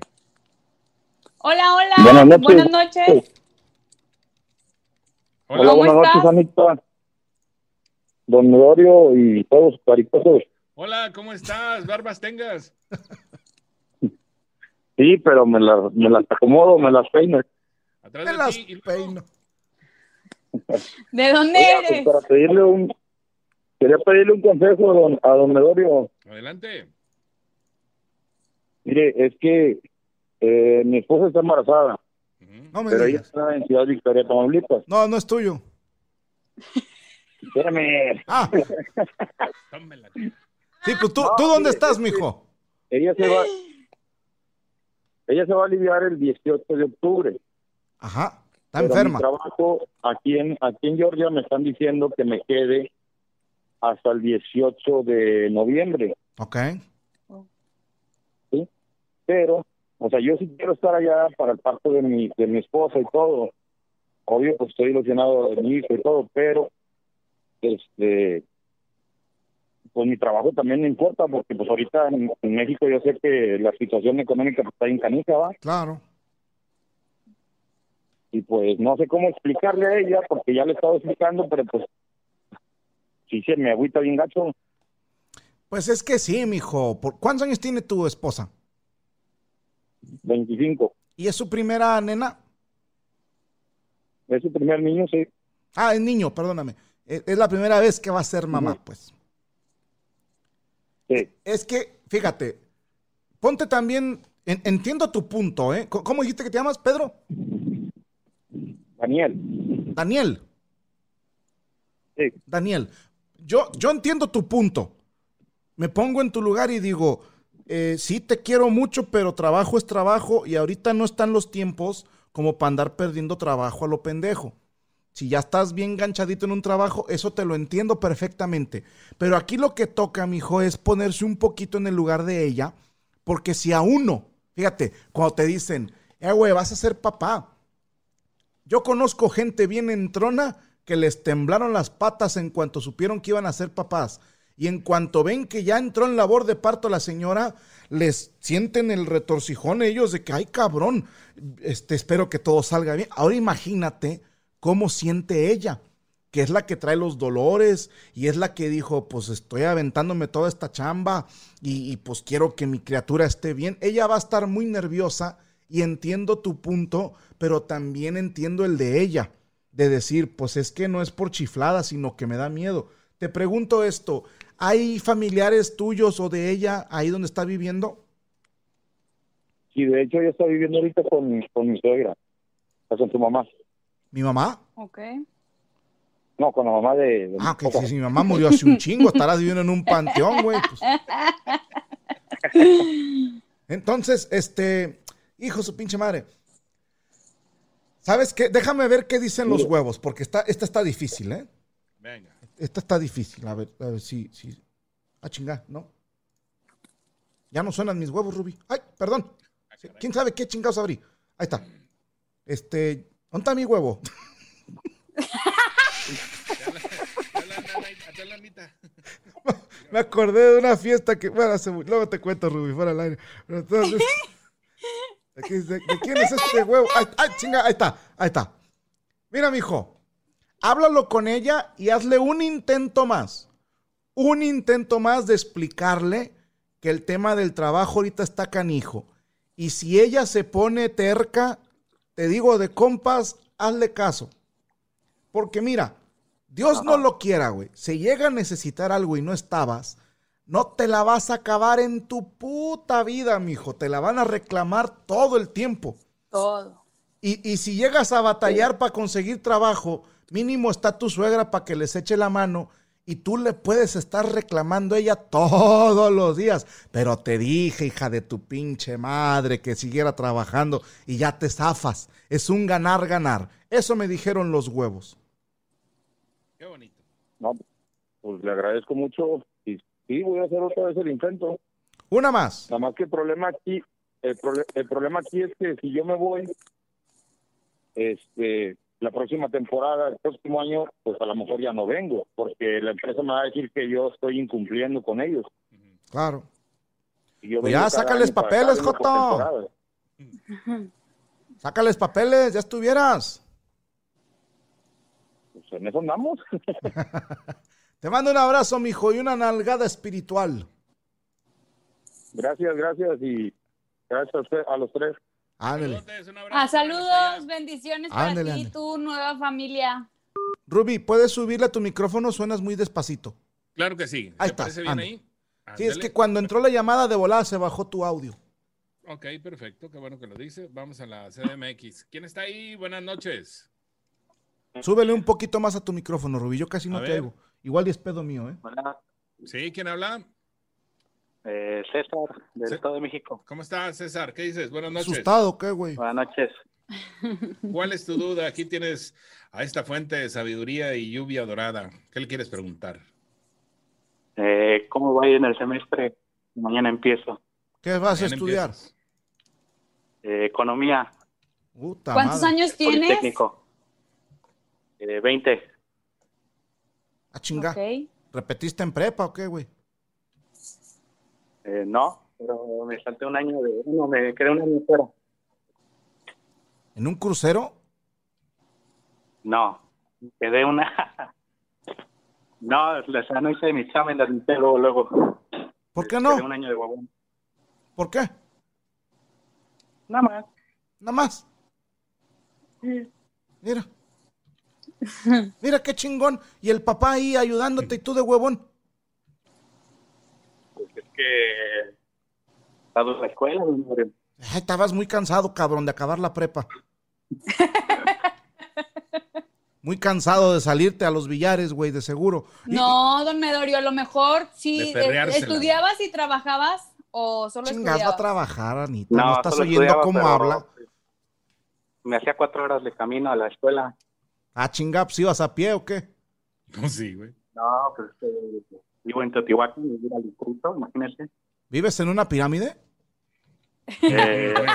[SPEAKER 5] Hola, hola.
[SPEAKER 6] Buenas noches.
[SPEAKER 5] Buenas noches.
[SPEAKER 6] Hola,
[SPEAKER 4] Hola.
[SPEAKER 5] ¿Cómo
[SPEAKER 6] buenas
[SPEAKER 5] estás?
[SPEAKER 6] noches, Anita. Don Medorio y todos los paricosos.
[SPEAKER 4] Hola, ¿cómo estás? Barbas tengas.
[SPEAKER 6] Sí, pero me las, me las acomodo, me las peino.
[SPEAKER 4] Atrás
[SPEAKER 3] Me
[SPEAKER 4] de
[SPEAKER 3] las
[SPEAKER 4] ti. y luego-
[SPEAKER 3] peino.
[SPEAKER 5] ¿De dónde
[SPEAKER 6] Oiga, pues,
[SPEAKER 5] eres?
[SPEAKER 6] para pedirle un, quería pedirle un consejo a don, a don Medorio.
[SPEAKER 4] Adelante.
[SPEAKER 6] Mire, es que eh, mi esposa está embarazada,
[SPEAKER 4] Ujú.
[SPEAKER 3] No me
[SPEAKER 6] pero ella
[SPEAKER 3] digas.
[SPEAKER 6] está en Ciudad Victoria, Tamaulipas.
[SPEAKER 3] No, no es tuyo.
[SPEAKER 6] Espérame,
[SPEAKER 3] Ah,
[SPEAKER 4] Tómela.
[SPEAKER 3] sí, pues tú, ¿tú dónde estás, mijo?
[SPEAKER 6] ella se va, ella se va a aliviar el 18 de octubre.
[SPEAKER 3] Ajá, está
[SPEAKER 6] Pero mi
[SPEAKER 3] enferma.
[SPEAKER 6] trabajo aquí en, aquí en Georgia me están diciendo que me quede hasta el 18 de noviembre.
[SPEAKER 3] Ok.
[SPEAKER 6] Pero, o sea, yo sí quiero estar allá para el parto de mi, de mi esposa y todo. Obvio, pues estoy ilusionado de mi hijo y todo, pero, este, pues mi trabajo también me importa, porque pues ahorita en, en México yo sé que la situación económica pues, está en canica, ¿va?
[SPEAKER 3] Claro.
[SPEAKER 6] y pues no sé cómo explicarle a ella porque ya le he estado explicando, pero pues sí se me agüita bien gacho,
[SPEAKER 3] Pues es que sí, mijo. ¿Por ¿Cuántos años tiene tu esposa?
[SPEAKER 6] 25.
[SPEAKER 3] ¿Y es su primera nena?
[SPEAKER 6] Es su primer niño, sí.
[SPEAKER 3] Ah, es niño, perdóname. E, Es, es la primera vez que va a ser mamá,
[SPEAKER 6] Ujú.
[SPEAKER 3] pues.
[SPEAKER 6] sí.
[SPEAKER 3] Es que, fíjate, ponte también, en- entiendo tu punto, ¿eh? Co- ¿Cómo dijiste que te llamas, Pedro?
[SPEAKER 6] Daniel,
[SPEAKER 3] Daniel.
[SPEAKER 6] Sí.
[SPEAKER 3] Daniel, yo, yo entiendo tu punto. Me pongo en tu lugar y digo, eh, sí te quiero mucho, pero trabajo es trabajo y ahorita no están los tiempos como para andar perdiendo trabajo a lo pendejo. Si ya estás bien ganchadito en un trabajo, eso te lo entiendo perfectamente. Pero aquí lo que toca, mijo, es ponerse un poquito en el lugar de ella, porque si a uno, fíjate, cuando te dicen, eh, güey, vas a ser papá, yo conozco gente bien entrona que les temblaron las patas en cuanto supieron que iban a ser papás. Y en cuanto ven que ya entró en labor de parto la señora, les sienten el retorcijón ellos de que, ay cabrón, este, espero que todo salga bien. Ahora imagínate cómo siente ella, que es la que trae los dolores y es la que dijo, pues estoy aventándome toda esta chamba y, y, pues quiero que mi criatura esté bien. Ella va a estar muy nerviosa y entiendo tu punto, pero también entiendo el de ella, de decir, pues es que no es por chiflada, sino que me da miedo. Te pregunto esto, ¿hay familiares tuyos o de ella ahí donde está viviendo?
[SPEAKER 6] y de hecho ella está viviendo ahorita con, con mi suegra, o con su mamá,
[SPEAKER 3] ¿Mi mamá?
[SPEAKER 5] Ok.
[SPEAKER 6] no, con la mamá de... de mi
[SPEAKER 3] Ah, que
[SPEAKER 6] esposa.
[SPEAKER 3] si, si mi mamá murió hace un chingo, estará viviendo en un panteón, güey. pues. Entonces, este, hijo su pinche madre. ¿Sabes qué? Déjame ver qué dicen los huevos, porque está, esta está difícil, ¿eh?
[SPEAKER 4] Venga.
[SPEAKER 3] Esta está difícil, a ver, a ver si, si. Ah, chingar, ¿no? Ya no suenan mis huevos, Ruby. Ay, perdón. Sí, ¿Quién sabe qué chingados abrí? Ahí está. Este, ¿dónde está mi huevo? Me acordé de una fiesta que, bueno, hace mu- luego te cuento, Ruby, fuera al aire. Pero entonces- aquí dice, ¿de quién es este huevo? Ay, ay, chinga, ahí está, ahí está. Mira, mijo, háblalo con ella y hazle un intento más. Un intento más de explicarle que el tema del trabajo ahorita está canijo. Y si ella se pone terca, te digo de compas, hazle caso. Porque mira, Dios no lo quiera, güey. Se llega a necesitar algo y no estabas, no te la vas a acabar en tu puta vida, mijo. Te la van a reclamar todo el tiempo.
[SPEAKER 5] Todo.
[SPEAKER 3] Y, y si llegas a batallar para conseguir trabajo, mínimo está tu suegra para que les eche la mano y tú le puedes estar reclamando a ella todos los días. Pero te dije, hija de tu pinche madre, que siguiera trabajando y ya te zafas. Es un ganar, ganar. Eso me dijeron los huevos.
[SPEAKER 4] Qué bonito.
[SPEAKER 6] No, pues le agradezco mucho y sí, voy a hacer otra vez el intento.
[SPEAKER 3] Una más.
[SPEAKER 6] Nada más que el problema aquí, el, prole- el problema aquí es que si yo me voy, este, la próxima temporada, el próximo año, pues a lo mejor ya no vengo, porque la empresa me va a decir que yo estoy incumpliendo con ellos.
[SPEAKER 3] Claro.
[SPEAKER 6] Y yo
[SPEAKER 3] Pues ya,
[SPEAKER 6] vengo cada
[SPEAKER 3] sácales
[SPEAKER 6] año para
[SPEAKER 3] papeles,
[SPEAKER 6] acá, vengo por
[SPEAKER 3] Joto.
[SPEAKER 6] temporada.
[SPEAKER 3] Sácales papeles, ya estuvieras.
[SPEAKER 6] Pues en eso andamos.
[SPEAKER 3] Te mando un abrazo, mijo, y una nalgada espiritual.
[SPEAKER 6] Gracias, gracias y gracias a, usted- a los tres.
[SPEAKER 3] Ándale.
[SPEAKER 5] A Ah, saludos, bendiciones
[SPEAKER 3] Ándale,
[SPEAKER 5] para ti
[SPEAKER 3] ándale.
[SPEAKER 5] y tu nueva familia.
[SPEAKER 3] Ruby, ¿puedes subirle a tu micrófono? Suenas muy despacito.
[SPEAKER 4] Claro que sí.
[SPEAKER 3] Ahí
[SPEAKER 4] ¿Te
[SPEAKER 3] está,
[SPEAKER 4] parece bien
[SPEAKER 3] anda.
[SPEAKER 4] ahí?
[SPEAKER 3] Sí, es
[SPEAKER 4] Ándale.
[SPEAKER 3] que cuando entró la llamada de volada se bajó tu audio.
[SPEAKER 4] Ok, perfecto. Qué bueno que lo dice. Vamos a la CDMX. ¿Quién está ahí? Buenas noches.
[SPEAKER 3] Súbele un poquito más a tu micrófono, Ruby. Yo casi no
[SPEAKER 4] A
[SPEAKER 3] te
[SPEAKER 4] ver.
[SPEAKER 3] oigo. Igual y es pedo mío, ¿eh?
[SPEAKER 4] ¿Sí? ¿Quién habla?
[SPEAKER 7] eh, César, del
[SPEAKER 4] Sí.
[SPEAKER 7] Estado de México.
[SPEAKER 4] ¿Cómo estás, César? ¿Qué dices? Buenas noches. Ah,
[SPEAKER 3] Asustado, ¿qué, güey?
[SPEAKER 7] Buenas noches.
[SPEAKER 4] ¿Cuál es tu duda? Aquí tienes a esta fuente de sabiduría y lluvia dorada. ¿Qué le quieres preguntar?
[SPEAKER 7] Eh, ¿Cómo va a ir en el semestre? Mañana empiezo.
[SPEAKER 3] ¿Qué vas a
[SPEAKER 4] Mañana
[SPEAKER 3] estudiar?
[SPEAKER 4] empiezas.
[SPEAKER 7] Eh, economía,
[SPEAKER 3] Puta
[SPEAKER 5] ¿Cuántos
[SPEAKER 3] madre.
[SPEAKER 5] años tienes?
[SPEAKER 7] Politécnico. Eh, 20.
[SPEAKER 3] A Ah, chinga.
[SPEAKER 5] Ok.
[SPEAKER 3] ¿Repetiste en prepa o qué, güey?
[SPEAKER 7] Eh, no, pero me salté un año de... No, me quedé un año fuera.
[SPEAKER 3] ¿En un crucero?
[SPEAKER 7] No, quedé una... No, o sea, no hice mi examen, la limpié luego, luego.
[SPEAKER 3] ¿Por qué
[SPEAKER 7] Quedé un
[SPEAKER 3] no?
[SPEAKER 7] año de guabón.
[SPEAKER 3] ¿Por qué?
[SPEAKER 7] Nada más.
[SPEAKER 3] Nada más. Mira. Mira qué chingón. Y el papá ahí ayudándote y tú de huevón.
[SPEAKER 7] Pues es que... Estado en la escuela, mi madre.
[SPEAKER 3] Ay, estabas muy cansado, cabrón, de acabar la prepa. Muy cansado de salirte a los billares, güey, de seguro. Y-
[SPEAKER 5] No, don Medorio, a lo mejor
[SPEAKER 4] De
[SPEAKER 5] sí eh,
[SPEAKER 4] perreársela.
[SPEAKER 5] estudiabas y trabajabas o solo
[SPEAKER 3] Chingas, va a
[SPEAKER 5] estudiabas.
[SPEAKER 3] trabajar, Anita. No,
[SPEAKER 7] No,
[SPEAKER 3] estás
[SPEAKER 7] solo
[SPEAKER 3] oyendo
[SPEAKER 7] estudiaba,
[SPEAKER 3] cómo
[SPEAKER 7] pero
[SPEAKER 3] habla.
[SPEAKER 7] Me hacía cuatro horas de camino a la escuela.
[SPEAKER 3] Ah, chinga, pues ibas a pie o qué.
[SPEAKER 4] No, sí, güey.
[SPEAKER 7] No, pues eh, vivo en Teotihuacán, y ir al instituto, imagínese.
[SPEAKER 3] ¿Vives en una pirámide?
[SPEAKER 7] Eh, al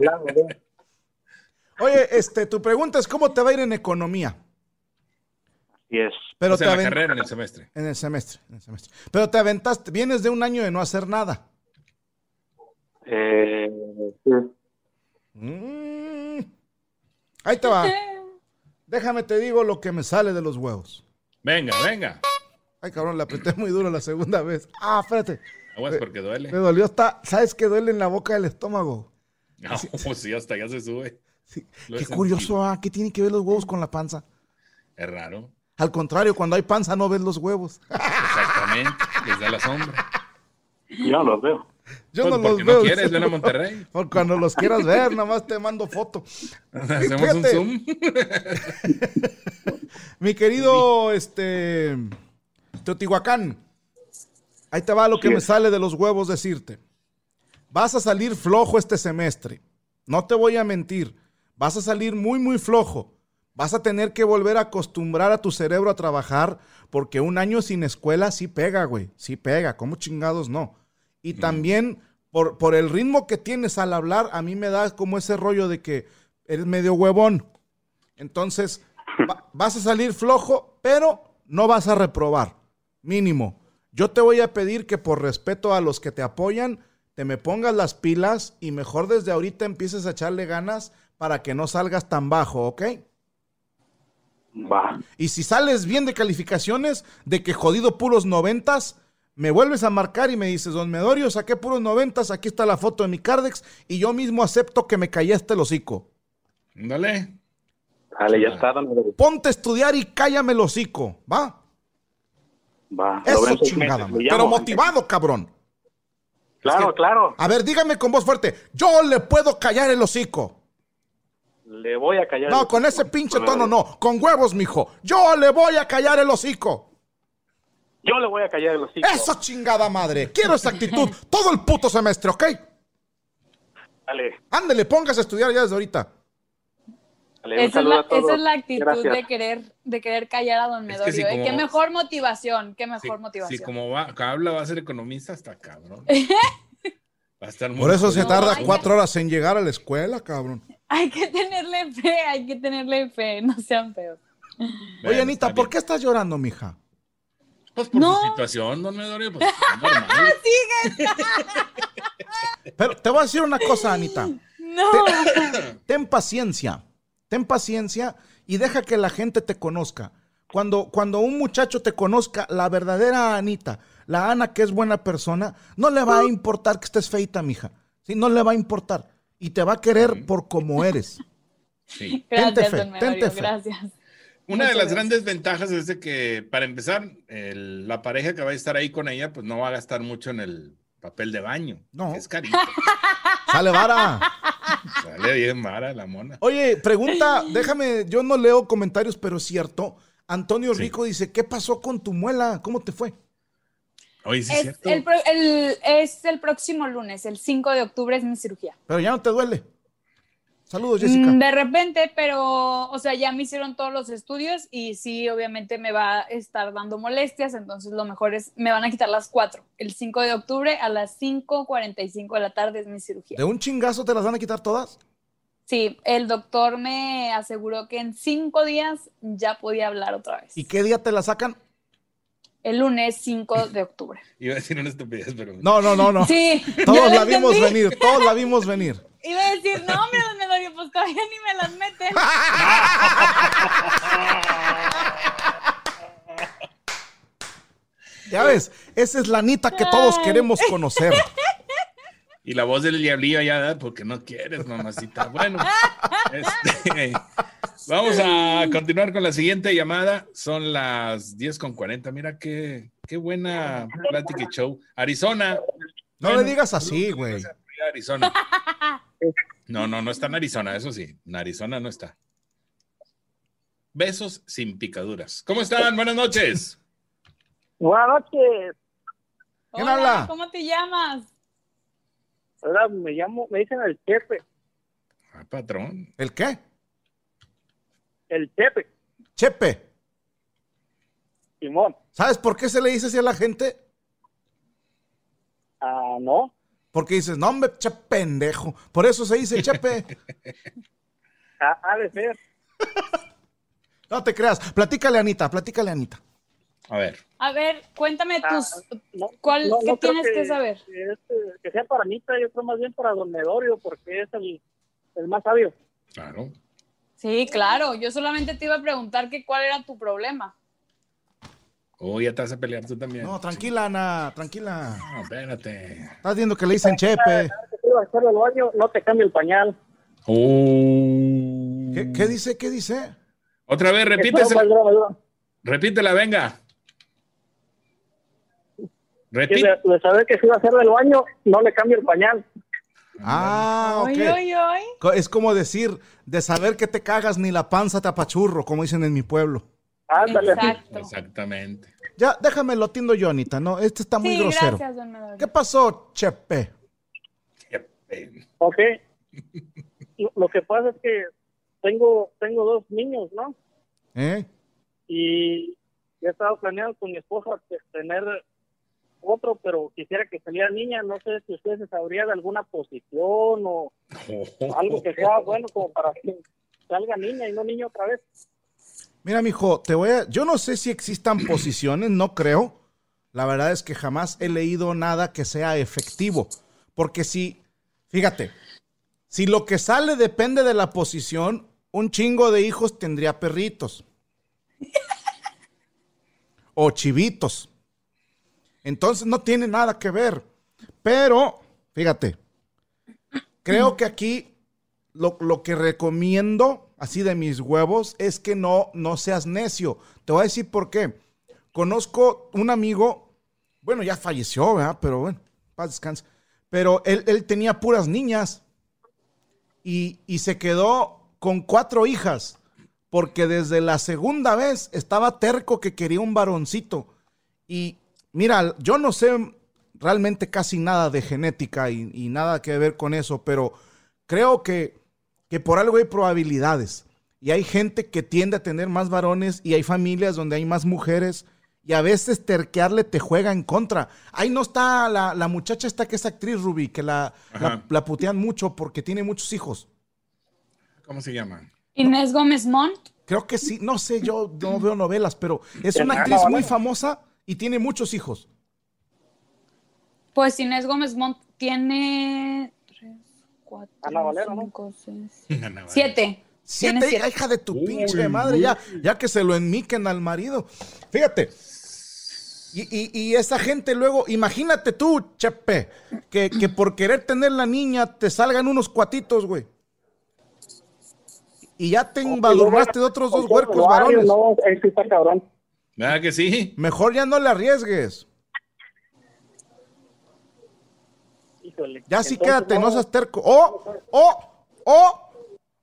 [SPEAKER 7] lado de-
[SPEAKER 3] Oye, este, tu pregunta es cómo te va a ir en economía.
[SPEAKER 7] Así es.
[SPEAKER 3] Pero
[SPEAKER 4] o sea,
[SPEAKER 3] te
[SPEAKER 4] la
[SPEAKER 3] aven-
[SPEAKER 4] carrera en el semestre.
[SPEAKER 3] En el semestre, en el semestre. Pero te aventaste, vienes de un año de no hacer nada.
[SPEAKER 7] Eh, sí.
[SPEAKER 3] Mm. Ahí te va. Déjame te digo lo que me sale de los huevos.
[SPEAKER 4] Venga, venga.
[SPEAKER 3] Ay, cabrón, le apreté muy duro la segunda vez. Ah, espérate.
[SPEAKER 4] Aguas porque duele.
[SPEAKER 3] Me dolió hasta. ¿Sabes qué duele en la boca del estómago?
[SPEAKER 4] No, pues sí, hasta ya se sube.
[SPEAKER 3] Sí.
[SPEAKER 4] Lo he
[SPEAKER 3] Qué
[SPEAKER 4] sentido.
[SPEAKER 3] curioso, ah, ¿qué tiene que ver los huevos con la panza?
[SPEAKER 4] Es raro.
[SPEAKER 3] Al contrario, cuando hay panza no ves los huevos.
[SPEAKER 4] Exactamente. Les da la sombra.
[SPEAKER 7] Yo no los veo.
[SPEAKER 3] Yo
[SPEAKER 4] Pues
[SPEAKER 3] no los
[SPEAKER 4] porque no
[SPEAKER 3] veo.
[SPEAKER 4] quieres, ven a Monterrey.
[SPEAKER 3] Por cuando los quieras ver, nada más te mando foto.
[SPEAKER 4] Hacemos un
[SPEAKER 3] Fíjate.
[SPEAKER 4] zoom.
[SPEAKER 3] Mi querido, este, Teotihuacán, ahí te va lo que
[SPEAKER 7] Sí.
[SPEAKER 3] me sale de los huevos decirte. Vas a salir flojo este semestre. No te voy a mentir. Vas a salir muy, muy flojo. Vas a tener que volver a acostumbrar a tu cerebro a trabajar porque un año sin escuela sí pega, güey. Sí pega. ¿Cómo chingados no? Y también por, por el ritmo que tienes al hablar, a mí me da como ese rollo de que eres medio huevón. Entonces, va- vas a salir flojo, pero no vas a reprobar. Mínimo. Yo te voy a pedir que por respeto a los que te apoyan, te me pongas las pilas y mejor desde ahorita empieces a echarle ganas para que no salgas tan bajo, ¿ok?
[SPEAKER 7] Va.
[SPEAKER 3] Y si sales bien de calificaciones, de que jodido puros noventas, me vuelves a marcar y me dices, don Medorio, saqué puros noventas, aquí está la foto de mi Cardex y yo mismo acepto que me callaste el hocico.
[SPEAKER 4] Dale.
[SPEAKER 7] Dale, ya está, don Rodrigo.
[SPEAKER 3] Ponte a estudiar y cállame el hocico, ¿va?
[SPEAKER 7] Va. Lo veo
[SPEAKER 3] Eso
[SPEAKER 7] en seis
[SPEAKER 3] chingada,
[SPEAKER 7] meses,
[SPEAKER 3] madre.
[SPEAKER 7] le
[SPEAKER 3] pero
[SPEAKER 7] llamo.
[SPEAKER 3] motivado, cabrón.
[SPEAKER 7] Claro, claro.
[SPEAKER 3] A ver, dígame con voz fuerte, yo le puedo callar el hocico.
[SPEAKER 7] Le voy a callar.
[SPEAKER 3] No, con ese pinche tono no, con huevos, mijo. Yo le voy a callar el hocico.
[SPEAKER 7] Yo le voy a callar los hijos.
[SPEAKER 3] Eso chingada madre. Quiero esa actitud todo el puto semestre, ¿ok?
[SPEAKER 7] Dale,
[SPEAKER 3] Ándele, póngase a estudiar ya desde ahorita.
[SPEAKER 7] dale. Un
[SPEAKER 5] Esa es,
[SPEAKER 7] saludo
[SPEAKER 5] la,
[SPEAKER 7] a todos.
[SPEAKER 5] esa es la actitud
[SPEAKER 7] Gracias.
[SPEAKER 5] de querer, de querer callar a don
[SPEAKER 4] Es que
[SPEAKER 5] Medorio.
[SPEAKER 4] sí,
[SPEAKER 5] ¿eh?
[SPEAKER 4] como-
[SPEAKER 5] Qué mejor motivación, qué mejor
[SPEAKER 4] Sí,
[SPEAKER 5] motivación.
[SPEAKER 4] sí, como va, que habla, va a ser economista hasta cabrón. Va a estar
[SPEAKER 7] Mm,
[SPEAKER 4] muy
[SPEAKER 3] Por
[SPEAKER 7] pues
[SPEAKER 3] eso se
[SPEAKER 4] jodido.
[SPEAKER 3] tarda
[SPEAKER 5] vaya.
[SPEAKER 3] cuatro horas en llegar a la escuela, cabrón.
[SPEAKER 5] Hay que tenerle fe, hay que tenerle fe, no sean feos.
[SPEAKER 3] Oye,
[SPEAKER 4] Bueno,
[SPEAKER 3] Anita,
[SPEAKER 4] está
[SPEAKER 3] ¿por qué
[SPEAKER 4] bien.
[SPEAKER 3] estás llorando, mija?
[SPEAKER 4] Pues por
[SPEAKER 5] No.
[SPEAKER 4] su situación, don Medorio, pues normal.
[SPEAKER 3] Pero te voy a decir una cosa, Anita.
[SPEAKER 5] No,
[SPEAKER 3] Ten paciencia. Ten paciencia y deja que la gente te conozca. Cuando, cuando un muchacho te conozca, la verdadera Anita, la Ana que es buena persona, no le va a importar que estés feita, mija. Sí, no le va a importar. Y te va a querer por como eres.
[SPEAKER 4] Sí.
[SPEAKER 5] Gracias,
[SPEAKER 3] fe,
[SPEAKER 5] don Memorio,
[SPEAKER 3] tente fe.
[SPEAKER 5] gracias.
[SPEAKER 4] Una de
[SPEAKER 5] Muchas
[SPEAKER 4] las
[SPEAKER 5] gracias.
[SPEAKER 4] grandes ventajas es de que, para empezar, el- la pareja que va a estar ahí con ella, pues no va a gastar mucho en el papel de baño.
[SPEAKER 3] No.
[SPEAKER 4] que Es carito.
[SPEAKER 3] Sale vara.
[SPEAKER 4] Sale bien mara la mona.
[SPEAKER 3] Oye, pregunta, déjame, yo no leo comentarios, pero es cierto. Antonio
[SPEAKER 4] Sí.
[SPEAKER 3] Rico dice, ¿qué pasó con tu muela? ¿Cómo te fue?
[SPEAKER 4] Oye, sí es
[SPEAKER 5] Es
[SPEAKER 4] cierto.
[SPEAKER 5] el, pro- el- es el próximo lunes, el 5 de octubre es mi cirugía.
[SPEAKER 3] Pero ya no te duele. Saludos, Jessica.
[SPEAKER 5] Mm, De repente, pero, o sea, ya me hicieron todos los estudios y sí, obviamente me va a estar dando molestias, entonces lo mejor es, me van a quitar las 4. El 5 de octubre a las 5.45 de la tarde es mi cirugía.
[SPEAKER 3] ¿De un chingazo te las van a quitar todas?
[SPEAKER 5] Sí, el doctor me aseguró que en 5 días ya podía hablar otra vez.
[SPEAKER 3] ¿Y qué día te las sacan?
[SPEAKER 5] El lunes 5 de octubre.
[SPEAKER 4] Iba a decir una estupidez, pero.
[SPEAKER 3] No, no, no, no.
[SPEAKER 5] Sí, ya
[SPEAKER 3] Todos
[SPEAKER 5] lo
[SPEAKER 3] la vimos
[SPEAKER 5] entendí.
[SPEAKER 3] venir, todos la vimos venir.
[SPEAKER 5] Iba a decir, no, mira, me dolió, pues todavía ni me las meten.
[SPEAKER 3] Ya ves, esa es la Anita que todos
[SPEAKER 5] Ay.
[SPEAKER 3] queremos conocer.
[SPEAKER 4] Y la voz del diablillo ya, "Ah, porque no quieres, mamacita. Bueno, este, vamos a continuar con la siguiente llamada. Son las 10 con 40. Mira qué, qué buena plática y show. Arizona.
[SPEAKER 3] No
[SPEAKER 4] Bueno,
[SPEAKER 3] le digas así, güey.
[SPEAKER 4] Arizona. No, no, no está en Arizona, eso sí. En Arizona no está. Besos sin picaduras. ¿Cómo están? Buenas noches.
[SPEAKER 6] Buenas noches.
[SPEAKER 3] ¿Quién
[SPEAKER 5] Hola,
[SPEAKER 3] habla?
[SPEAKER 5] ¿Cómo te llamas?
[SPEAKER 6] Hola, me llamo, me dicen el Chepe.
[SPEAKER 4] Ah, patrón.
[SPEAKER 3] ¿El qué?
[SPEAKER 6] El Chepe,
[SPEAKER 3] Chepe,
[SPEAKER 6] Simón.
[SPEAKER 3] ¿sabes por qué se le dice así a la gente?
[SPEAKER 6] Ah, no.
[SPEAKER 3] Porque dices, no, hombre, che pendejo. Por eso se dice Chepe.
[SPEAKER 6] Ah, ha de ser.
[SPEAKER 3] No te creas. Platícale, Anita, platícale, Anita.
[SPEAKER 4] A ver.
[SPEAKER 5] A ver, cuéntame
[SPEAKER 6] Ah,
[SPEAKER 5] tus.
[SPEAKER 6] no,
[SPEAKER 5] ¿Cuál-
[SPEAKER 6] no,
[SPEAKER 5] qué
[SPEAKER 6] no creo
[SPEAKER 5] tienes que saber?
[SPEAKER 6] Que, este- que sea para Anita, yo creo más bien para Don Medorio, porque es el, el más sabio.
[SPEAKER 4] Claro.
[SPEAKER 5] Sí, claro. Yo solamente te iba a preguntar que cuál era tu problema.
[SPEAKER 4] Oh, ya te vas a pelear tú también.
[SPEAKER 3] No, tranquila, Ana, tranquila.
[SPEAKER 4] No, espérate.
[SPEAKER 3] Estás viendo que le dicen Chepe.
[SPEAKER 6] Que te iba a hacer el baño, no te cambie el pañal.
[SPEAKER 4] Oh.
[SPEAKER 3] ¿Qué, qué dice? ¿Qué dice?
[SPEAKER 4] Otra vez,
[SPEAKER 6] Espera,
[SPEAKER 4] repítesela.
[SPEAKER 6] Medorio, Medorio.
[SPEAKER 4] Repítela, venga.
[SPEAKER 6] Que
[SPEAKER 4] Repite.
[SPEAKER 6] de, de saber que si iba a hacer del baño, no le cambie el pañal.
[SPEAKER 3] Ah,
[SPEAKER 5] Oy,
[SPEAKER 3] ok.
[SPEAKER 5] oy, oy.
[SPEAKER 3] Co- Es como decir, de saber que te cagas ni la panza te apachurro, como dicen en mi pueblo.
[SPEAKER 6] Ándale.
[SPEAKER 5] Exacto.
[SPEAKER 4] Exactamente.
[SPEAKER 3] Ya, déjame lo tiendo yo, Anita, ¿no? Este está muy
[SPEAKER 5] sí,
[SPEAKER 3] grosero.
[SPEAKER 5] gracias, don Medorio.
[SPEAKER 3] ¿Qué pasó, Chepe?
[SPEAKER 6] Ok. Lo- Lo que pasa es que tengo, tengo dos niños, ¿no?
[SPEAKER 3] ¿Eh?
[SPEAKER 6] y he estado planeando con mi esposa pues, tener otro, pero quisiera que saliera niña. No sé si ustedes se sabría de alguna posición o
[SPEAKER 4] Oh.
[SPEAKER 6] algo que sea bueno como para que salga niña y no niño otra vez.
[SPEAKER 3] Mira, mijo, te voy a. Yo no sé si existan posiciones, no creo. La verdad es que jamás he leído nada que sea efectivo. Porque si, fíjate, si lo que sale depende de la posición, un chingo de hijos tendría perritos. O chivitos. Entonces no tiene nada que ver. Pero, fíjate, creo que aquí lo, lo que recomiendo, así de mis huevos, es que no, no seas necio. Te voy a decir por qué. Conozco un amigo, bueno, ya falleció, ¿verdad? Pero bueno, paz descanse. Pero él, él tenía puras niñas y, y se quedó con cuatro hijas, porque desde la segunda vez estaba terco que quería un varoncito. Y mira, yo no sé realmente casi nada de genética y, y nada que ver con eso, pero creo que, que por algo hay probabilidades. Y hay gente que tiende a tener más varones y hay familias donde hay más mujeres. Y a veces terquearle te juega en contra. Ahí no está la, la muchacha esta que es actriz, Ruby, que la, la,
[SPEAKER 4] Ajá.
[SPEAKER 3] la putean mucho porque tiene muchos hijos.
[SPEAKER 4] ¿Cómo se llama?
[SPEAKER 5] Inés Gómez Mont.
[SPEAKER 3] Creo que sí, no sé, yo no veo novelas, pero es una
[SPEAKER 6] Hermano,
[SPEAKER 3] actriz muy
[SPEAKER 6] hermano.
[SPEAKER 3] famosa y tiene muchos hijos.
[SPEAKER 5] Pues Inés Gómez Mont tiene. Tres, cuatro,
[SPEAKER 6] Ana Valero, ¿no?
[SPEAKER 5] cinco, seis,
[SPEAKER 4] Ana Valero.
[SPEAKER 5] siete.
[SPEAKER 3] Siete,
[SPEAKER 5] Tienes
[SPEAKER 3] hija,
[SPEAKER 5] siete.
[SPEAKER 3] hija de tu
[SPEAKER 4] Uy,
[SPEAKER 3] pinche madre, ya, ya que se lo enmiquen al marido. Fíjate. Y, y- y esa gente luego, imagínate tú, Chepe, que, que por querer tener la niña te salgan unos cuatitos, güey. Y ya te
[SPEAKER 8] pues,
[SPEAKER 3] embadurnaste de otros dos huercos varones.
[SPEAKER 8] No, es que está cabrón.
[SPEAKER 4] ¿Verdad que sí?
[SPEAKER 3] Mejor ya no le arriesgues.
[SPEAKER 8] Híjole.
[SPEAKER 3] Ya sí
[SPEAKER 8] Entonces,
[SPEAKER 3] quédate, no seas terco. O, o, o,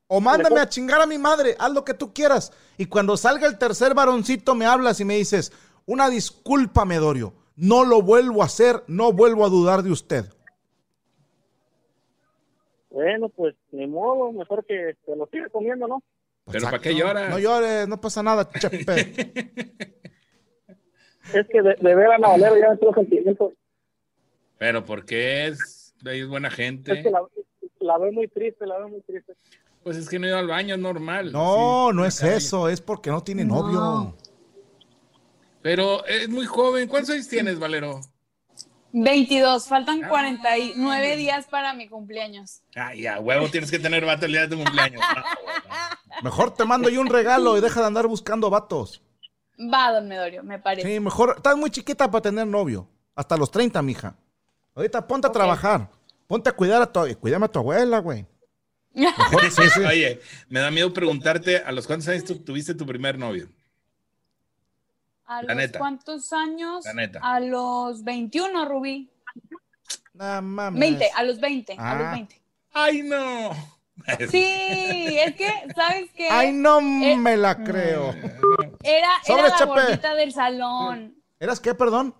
[SPEAKER 3] o mándame a chingar a mi madre, haz lo que tú quieras. Y cuando salga el tercer varoncito me hablas y me dices, una disculpa, Medorio, no lo vuelvo a hacer, no vuelvo a dudar de usted.
[SPEAKER 8] Bueno, pues ni modo, mejor que te lo siga comiendo, ¿no?
[SPEAKER 4] Pero ¿para qué
[SPEAKER 3] no,
[SPEAKER 4] lloras?
[SPEAKER 3] No llores, no pasa nada, chepe.
[SPEAKER 8] Es que de, de ver a la Valero ya me tuvo sentimiento.
[SPEAKER 4] Pero porque es, ella es buena gente.
[SPEAKER 8] Es que la, la veo muy triste, la veo muy triste.
[SPEAKER 4] Pues es que no iba al baño, es normal.
[SPEAKER 3] No,
[SPEAKER 4] Sí,
[SPEAKER 3] no
[SPEAKER 4] una
[SPEAKER 3] es
[SPEAKER 4] carrilla.
[SPEAKER 3] eso, es porque no tiene novio.
[SPEAKER 4] Pero es muy joven. ¿Cuántos años tienes, Valero?
[SPEAKER 5] 22, faltan
[SPEAKER 4] Ah.
[SPEAKER 5] 49 días para mi cumpleaños.
[SPEAKER 4] Ay, a huevo tienes que tener vato el día de tu cumpleaños.
[SPEAKER 3] Mejor te mando yo un regalo y deja de andar buscando vatos.
[SPEAKER 5] Va, don Medorio, me parece.
[SPEAKER 3] Sí, mejor. Estás muy chiquita para tener novio. Hasta los 30, mija. Ahorita ponte a trabajar. Ponte a cuidar a tu, eh, cuídame a tu abuela, güey. Mejor, sí, sí.
[SPEAKER 4] Oye, me da miedo preguntarte a los cuántos años tú tuviste tu primer novio.
[SPEAKER 5] ¿A
[SPEAKER 4] La
[SPEAKER 5] los
[SPEAKER 4] neta.
[SPEAKER 5] cuántos años?
[SPEAKER 4] La neta.
[SPEAKER 5] A los 21, Rubí.
[SPEAKER 3] No mames.
[SPEAKER 5] 20, a los 20, a
[SPEAKER 3] Ah.
[SPEAKER 5] los 20.
[SPEAKER 4] ¡Ay, no!
[SPEAKER 5] Sí, es que, Mm. ¿sabes qué?
[SPEAKER 3] Ay, no
[SPEAKER 5] Eh.
[SPEAKER 3] me la creo.
[SPEAKER 5] Era,
[SPEAKER 3] Sobre,
[SPEAKER 5] era la
[SPEAKER 3] Chepe.
[SPEAKER 5] gordita del salón.
[SPEAKER 3] ¿Eras qué, perdón?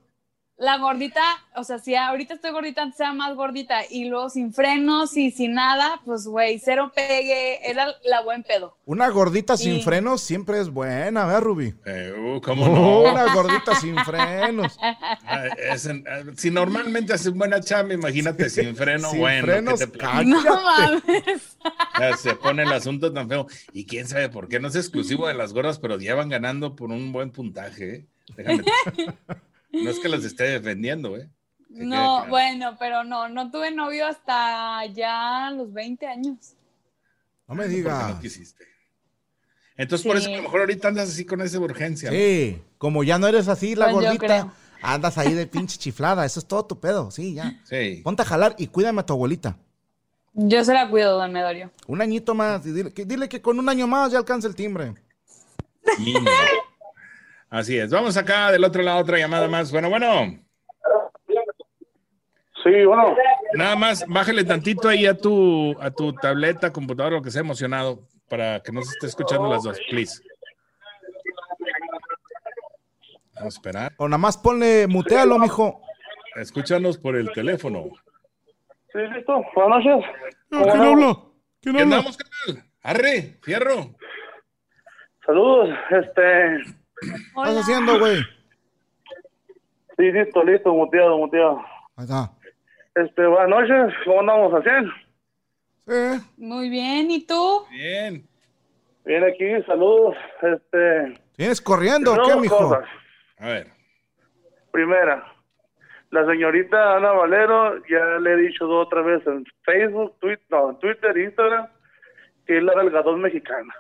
[SPEAKER 5] La gordita, o sea, si ahorita estoy gordita, antes era más gordita. Y luego sin frenos y sin nada, pues, güey, cero pegue. Era la buen pedo.
[SPEAKER 3] Una gordita sin
[SPEAKER 5] Sí.
[SPEAKER 3] frenos siempre es buena, ¿verdad, Ruby?
[SPEAKER 4] Eh, uh, ¿Cómo no?
[SPEAKER 3] Una gordita sin frenos.
[SPEAKER 4] Ah, es en- ah, si normalmente haces buena chamba, imagínate sin freno,
[SPEAKER 3] sin
[SPEAKER 4] bueno. ¿qué
[SPEAKER 3] frenos,
[SPEAKER 4] te platico?
[SPEAKER 3] Ay,
[SPEAKER 5] No
[SPEAKER 3] cállate.
[SPEAKER 5] mames.
[SPEAKER 4] Ya se pone el asunto tan feo. Y quién sabe por qué. No es exclusivo de las gordas, pero ya van ganando por un buen puntaje. ¿eh? Déjame. No es que las esté defendiendo, ¿eh? quede
[SPEAKER 5] No,
[SPEAKER 4] claro.
[SPEAKER 5] bueno, pero no, no tuve novio hasta ya los 20 años.
[SPEAKER 3] No me
[SPEAKER 4] ¿Por qué
[SPEAKER 3] digas.
[SPEAKER 4] no quisiste? Entonces, por eso a lo
[SPEAKER 5] Sí.
[SPEAKER 4] mejor ahorita andas así con esa urgencia. ¿no?
[SPEAKER 3] Sí, como ya no eres así, la
[SPEAKER 5] Pues yo
[SPEAKER 3] gordita,
[SPEAKER 5] creo.
[SPEAKER 3] andas ahí de pinche chiflada. Eso es todo tu pedo, sí, ya.
[SPEAKER 4] Sí.
[SPEAKER 3] Ponte a jalar y cuídame a tu abuelita.
[SPEAKER 5] Yo se la cuido, don Medorio.
[SPEAKER 3] Un añito más. y dile, que, dile que con un año más ya alcanza el timbre.
[SPEAKER 4] Niño. Así es. Vamos acá del otro lado, otra llamada más. Bueno, bueno.
[SPEAKER 8] Sí, bueno.
[SPEAKER 4] Nada más, bájale tantito ahí a tu, a tu tableta, computadora, lo que sea emocionado, para que no se esté escuchando las dos, please. Vamos a esperar.
[SPEAKER 3] O nada más ponle, mutealo, mijo.
[SPEAKER 4] Escúchanos por el teléfono.
[SPEAKER 8] Sí, listo. Buenas noches.
[SPEAKER 3] ¿Quién habla? ¿Quién
[SPEAKER 4] ¿Qué
[SPEAKER 3] habla?
[SPEAKER 4] andamos, carnal? Arre, fierro.
[SPEAKER 8] Saludos. Este,
[SPEAKER 3] ¿Qué estás
[SPEAKER 5] Hola.
[SPEAKER 3] haciendo, güey?
[SPEAKER 8] sí, listo, listo, muteado, muteado.
[SPEAKER 3] Ahí está.
[SPEAKER 8] Este, buenas noches. ¿Cómo andamos haciendo?
[SPEAKER 3] Sí.
[SPEAKER 5] Muy bien, ¿y tú?
[SPEAKER 4] Bien.
[SPEAKER 8] Bien aquí, saludos. Este,
[SPEAKER 3] ¿Vienes corriendo o
[SPEAKER 8] dos
[SPEAKER 3] qué, mijo?
[SPEAKER 8] cosas.
[SPEAKER 4] A ver.
[SPEAKER 8] Primera, la señorita Ana Valero, ya le he dicho dos o tres veces en Facebook, Twitter, no, en Twitter, Instagram, que es la delgadón mexicana.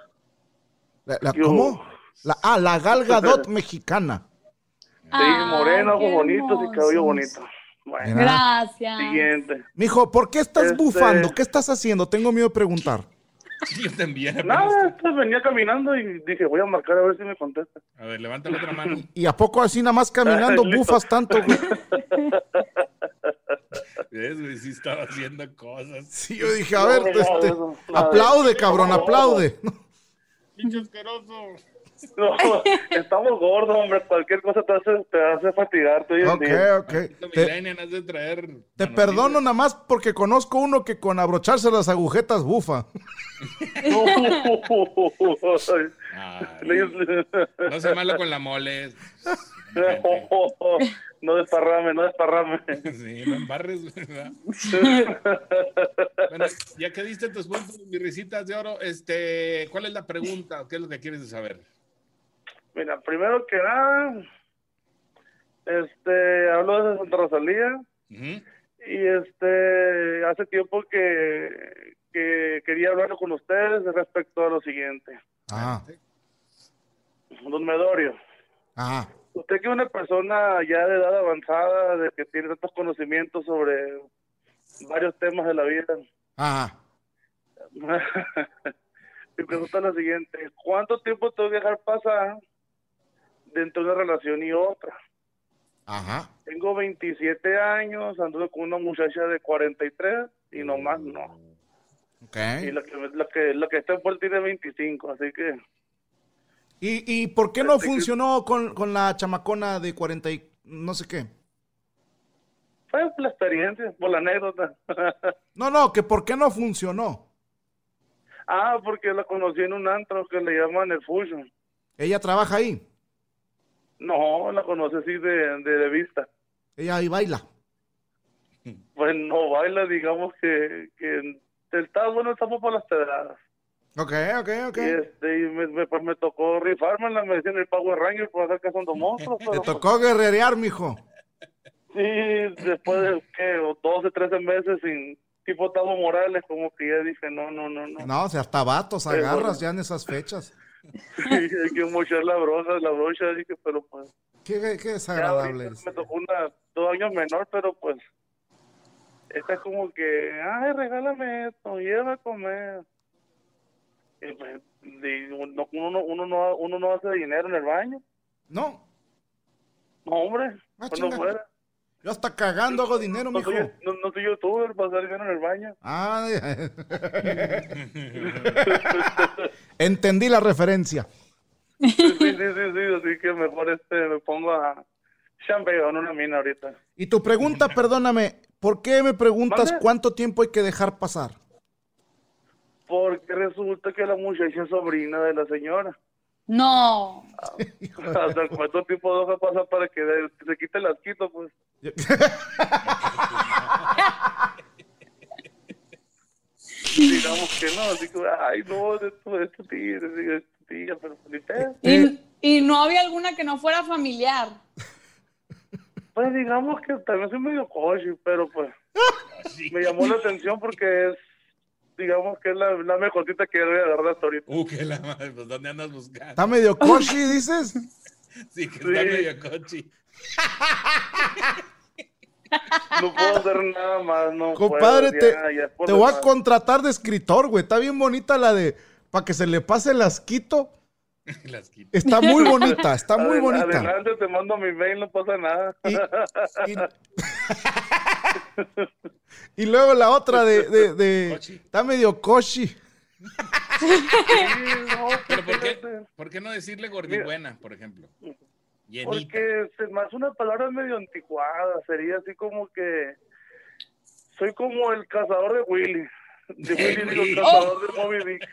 [SPEAKER 3] La- la-
[SPEAKER 8] Yo-
[SPEAKER 3] ¿Cómo? La, ah, la galgadot mexicana.
[SPEAKER 8] Sí,
[SPEAKER 5] Ay,
[SPEAKER 8] moreno,
[SPEAKER 5] qué
[SPEAKER 8] ojos bonitos y cabello
[SPEAKER 5] hermosos.
[SPEAKER 8] bonito. Bueno,
[SPEAKER 3] Mira.
[SPEAKER 5] Gracias.
[SPEAKER 8] siguiente.
[SPEAKER 3] Mijo, ¿por qué estás
[SPEAKER 8] Este-
[SPEAKER 3] bufando? ¿Qué estás haciendo? Tengo miedo de preguntar.
[SPEAKER 4] Yo también. apenas-
[SPEAKER 8] Nada, pues venía caminando y dije, voy a marcar a ver si me contesta.
[SPEAKER 4] A ver, levanta la otra mano.
[SPEAKER 3] ¿Y a poco así nada más caminando
[SPEAKER 8] Ay, listo.
[SPEAKER 3] bufas tanto, güey?
[SPEAKER 4] ¿Ves, güey? Sí estaba haciendo cosas.
[SPEAKER 3] Sí, yo dije, a ver,
[SPEAKER 8] No, no,
[SPEAKER 3] este,
[SPEAKER 8] no, no.
[SPEAKER 3] aplaude, cabrón, aplaude.
[SPEAKER 4] Pinche asqueroso.
[SPEAKER 8] No, estamos gordos, hombre, cualquier cosa te hace, te hace fatigarte hoy en
[SPEAKER 3] Ok,
[SPEAKER 8] día.
[SPEAKER 3] ok.
[SPEAKER 4] Maldito
[SPEAKER 3] Te,
[SPEAKER 4] Millennial, has de traer
[SPEAKER 3] te
[SPEAKER 4] manotines.
[SPEAKER 3] perdono nada más porque conozco uno que con abrocharse las agujetas bufa.
[SPEAKER 4] Ay,
[SPEAKER 8] Ay.
[SPEAKER 4] Ah, no se malo con la mole.
[SPEAKER 8] No desparrame, no desparrame.
[SPEAKER 4] Sí, no embarres, ¿verdad? Bueno, ya que diste tus puntos, mis risitas de oro, este, ¿cuál es la pregunta? ¿Qué es lo que quieres saber?
[SPEAKER 8] Mira, primero que nada, este, hablo de Santa Rosalía
[SPEAKER 4] Ujú.
[SPEAKER 8] y este, hace tiempo que, que quería hablar con ustedes respecto a lo siguiente.
[SPEAKER 3] Ajá.
[SPEAKER 8] Don Medorio,
[SPEAKER 3] Ajá.
[SPEAKER 8] usted que es una persona ya de edad avanzada, de que tiene tantos conocimientos sobre varios temas de la vida,
[SPEAKER 3] Ajá.
[SPEAKER 8] Mi pregunta es la siguiente: ¿Cuánto tiempo tengo que dejar pasar de entre una relación y otra?
[SPEAKER 3] Ajá.
[SPEAKER 8] Tengo 27 años, anduve con una muchacha de 43 y nomás no.
[SPEAKER 3] Ok.
[SPEAKER 8] Y la que, la que, la que está en puerta tiene 25, así que
[SPEAKER 3] ¿Y, y por qué no funcionó con, con la chamacona de 40 y no sé qué?
[SPEAKER 8] fue pues, la experiencia, por la anécdota.
[SPEAKER 3] No, no, que por qué no funcionó.
[SPEAKER 8] ah, porque la conocí en un antro que le llaman el Fusion.
[SPEAKER 3] Ella trabaja ahí,
[SPEAKER 8] No, la conocí así de, de, de vista.
[SPEAKER 3] ella ahí baila.
[SPEAKER 8] Pues no baila, digamos que, que está bueno, estamos por las pedradas.
[SPEAKER 3] Ok, ok, ok.
[SPEAKER 8] Y, este, y me, me- pues me tocó rifarme la medicina el Power Ranger por hacer que son dos monstruos.
[SPEAKER 3] Te
[SPEAKER 8] pero- pues,
[SPEAKER 3] tocó guerrerear, mijo.
[SPEAKER 8] Sí, después de que 12, 13 meses sin tipo Tavo Morales, como que ya dije, no, no, no, no.
[SPEAKER 3] No, o sea, hasta vatos
[SPEAKER 8] Pero
[SPEAKER 3] agarras
[SPEAKER 8] bueno.
[SPEAKER 3] ya en esas fechas.
[SPEAKER 8] Sí, hay que mochar la brocha, la brocha, dije, pero pues.
[SPEAKER 3] Qué, qué- qué
[SPEAKER 8] ya
[SPEAKER 3] desagradable
[SPEAKER 8] ahorita
[SPEAKER 3] es.
[SPEAKER 8] Me tocó una, dos años menor, pero pues. Esta es como que, ay, regálame esto, lleva a comer. Y pues, di- uno, uno, uno, no, uno no hace dinero en el baño.
[SPEAKER 3] No,
[SPEAKER 8] No, hombre,
[SPEAKER 3] Ah,
[SPEAKER 8] cuando
[SPEAKER 3] chinga.
[SPEAKER 8] fuera.
[SPEAKER 3] yo hasta cagando hago dinero,
[SPEAKER 8] No
[SPEAKER 3] mijo.
[SPEAKER 8] soy, no, no soy youtuber para hacer dinero en el baño.
[SPEAKER 3] Ah, entendí la referencia.
[SPEAKER 8] Sí, sí, sí, sí, sí, así que mejor este me pongo a chambeo en una mina ahorita.
[SPEAKER 3] Y tu pregunta, perdóname, ¿por qué me preguntas
[SPEAKER 8] ¿Mande?
[SPEAKER 3] cuánto tiempo hay que dejar pasar?
[SPEAKER 8] Porque resulta que la muchacha es sobrina de la señora.
[SPEAKER 5] No.
[SPEAKER 8] Hasta cuánto tiempo deja pasar para que de- se quite el asquito, pues. Digamos que no, así que, ay, no, esto, esto tía, digo, esto tía, pero ni pedo.
[SPEAKER 5] Y,
[SPEAKER 4] Eh,
[SPEAKER 5] y no había alguna que no fuera familiar.
[SPEAKER 8] Pues digamos que también soy medio coche, pero pues me llamó la atención porque es, digamos que es la, la mejor cita que voy a agarrar hasta ahorita.
[SPEAKER 4] Uh, que la madre, pues ¿dónde andas buscando?
[SPEAKER 3] Está medio coshi, dices.
[SPEAKER 4] Sí, que está
[SPEAKER 8] Sí.
[SPEAKER 4] medio cochi.
[SPEAKER 8] No puedo hacer nada más, no
[SPEAKER 3] Compadre,
[SPEAKER 8] puedo,
[SPEAKER 3] te,
[SPEAKER 8] ya, ya es por
[SPEAKER 3] te voy a
[SPEAKER 8] demás.
[SPEAKER 3] contratar de escritor, güey. Está bien bonita la de para que se le pase el asquito.
[SPEAKER 4] Las quito.
[SPEAKER 3] Está muy bonita, está muy
[SPEAKER 8] Adel-
[SPEAKER 3] bonita.
[SPEAKER 8] Adelante, te mando mi mail, no pasa nada.
[SPEAKER 3] Y, y- y luego la otra de, de- de-
[SPEAKER 4] Cochi.
[SPEAKER 3] está medio coshi.
[SPEAKER 8] Sí, no,
[SPEAKER 4] Pero ¿por qué,
[SPEAKER 8] fíjate,
[SPEAKER 4] por qué no decirle gordibuena, por ejemplo? Llenita.
[SPEAKER 8] Porque se me hace una palabra medio anticuada, sería así como que soy como el cazador de Willy. De Willy digo cazador
[SPEAKER 4] Oh.
[SPEAKER 8] de Moby Dick.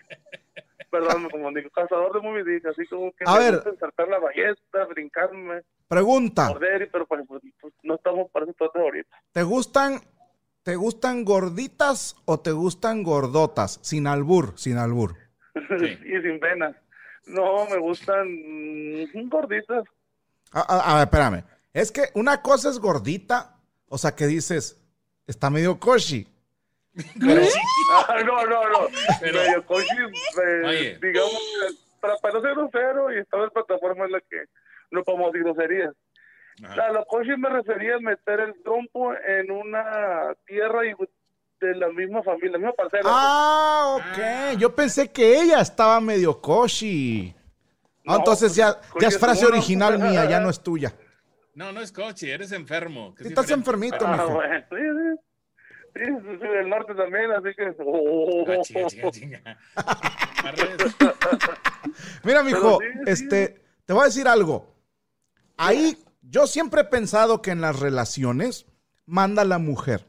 [SPEAKER 8] Perdón, me confundí, cazador de Moby Dick, así como que
[SPEAKER 3] A
[SPEAKER 8] me
[SPEAKER 3] ver.
[SPEAKER 8] gusta saltar la ballesta, brincarme,
[SPEAKER 4] Ah.
[SPEAKER 3] Pregunta,
[SPEAKER 8] morder, y- pero pues, pues, pues, no estamos para eso entonces ahorita.
[SPEAKER 3] ¿te gustan te gustan gorditas o te gustan gordotas? Sin albur, sin albur.
[SPEAKER 4] Sí.
[SPEAKER 8] y sin venas. No, me gustan mm, gorditas.
[SPEAKER 3] A, Ah, a- a ver, espérame. Es que una cosa es gordita, o sea que dices, está medio coshi.
[SPEAKER 8] Ah, no, no, no.
[SPEAKER 4] Pero-
[SPEAKER 8] Medio cochis, eh,
[SPEAKER 4] Oye.
[SPEAKER 8] digamos, que para, para no ser grosero, y estaba en plataforma en la que no podemos decir groserías.
[SPEAKER 4] Ajá.
[SPEAKER 8] A los cochis me refería a meter el trompo en una tierra y de la misma familia, la misma parcela.
[SPEAKER 3] Ah, ok. Yo pensé que ella estaba medio coshi. Ah,
[SPEAKER 8] No, pues,
[SPEAKER 3] entonces ya,
[SPEAKER 8] coshi
[SPEAKER 3] ya es
[SPEAKER 8] es
[SPEAKER 3] frase
[SPEAKER 8] uno.
[SPEAKER 3] original mía, ya no es tuya.
[SPEAKER 4] No, no es cochi, eres enfermo. que es
[SPEAKER 3] Estás
[SPEAKER 4] diferente.
[SPEAKER 3] enfermito,
[SPEAKER 8] Ah,
[SPEAKER 3] mijo.
[SPEAKER 8] bueno, sí, sí. Sí, sí, sí, del norte también, así que...
[SPEAKER 4] Ah, chinga, chinga, chinga. Barres.
[SPEAKER 3] Mira, mijo,
[SPEAKER 8] sí, sí.
[SPEAKER 3] este, te voy a decir algo. Ahí yo siempre he pensado que en las relaciones manda la mujer.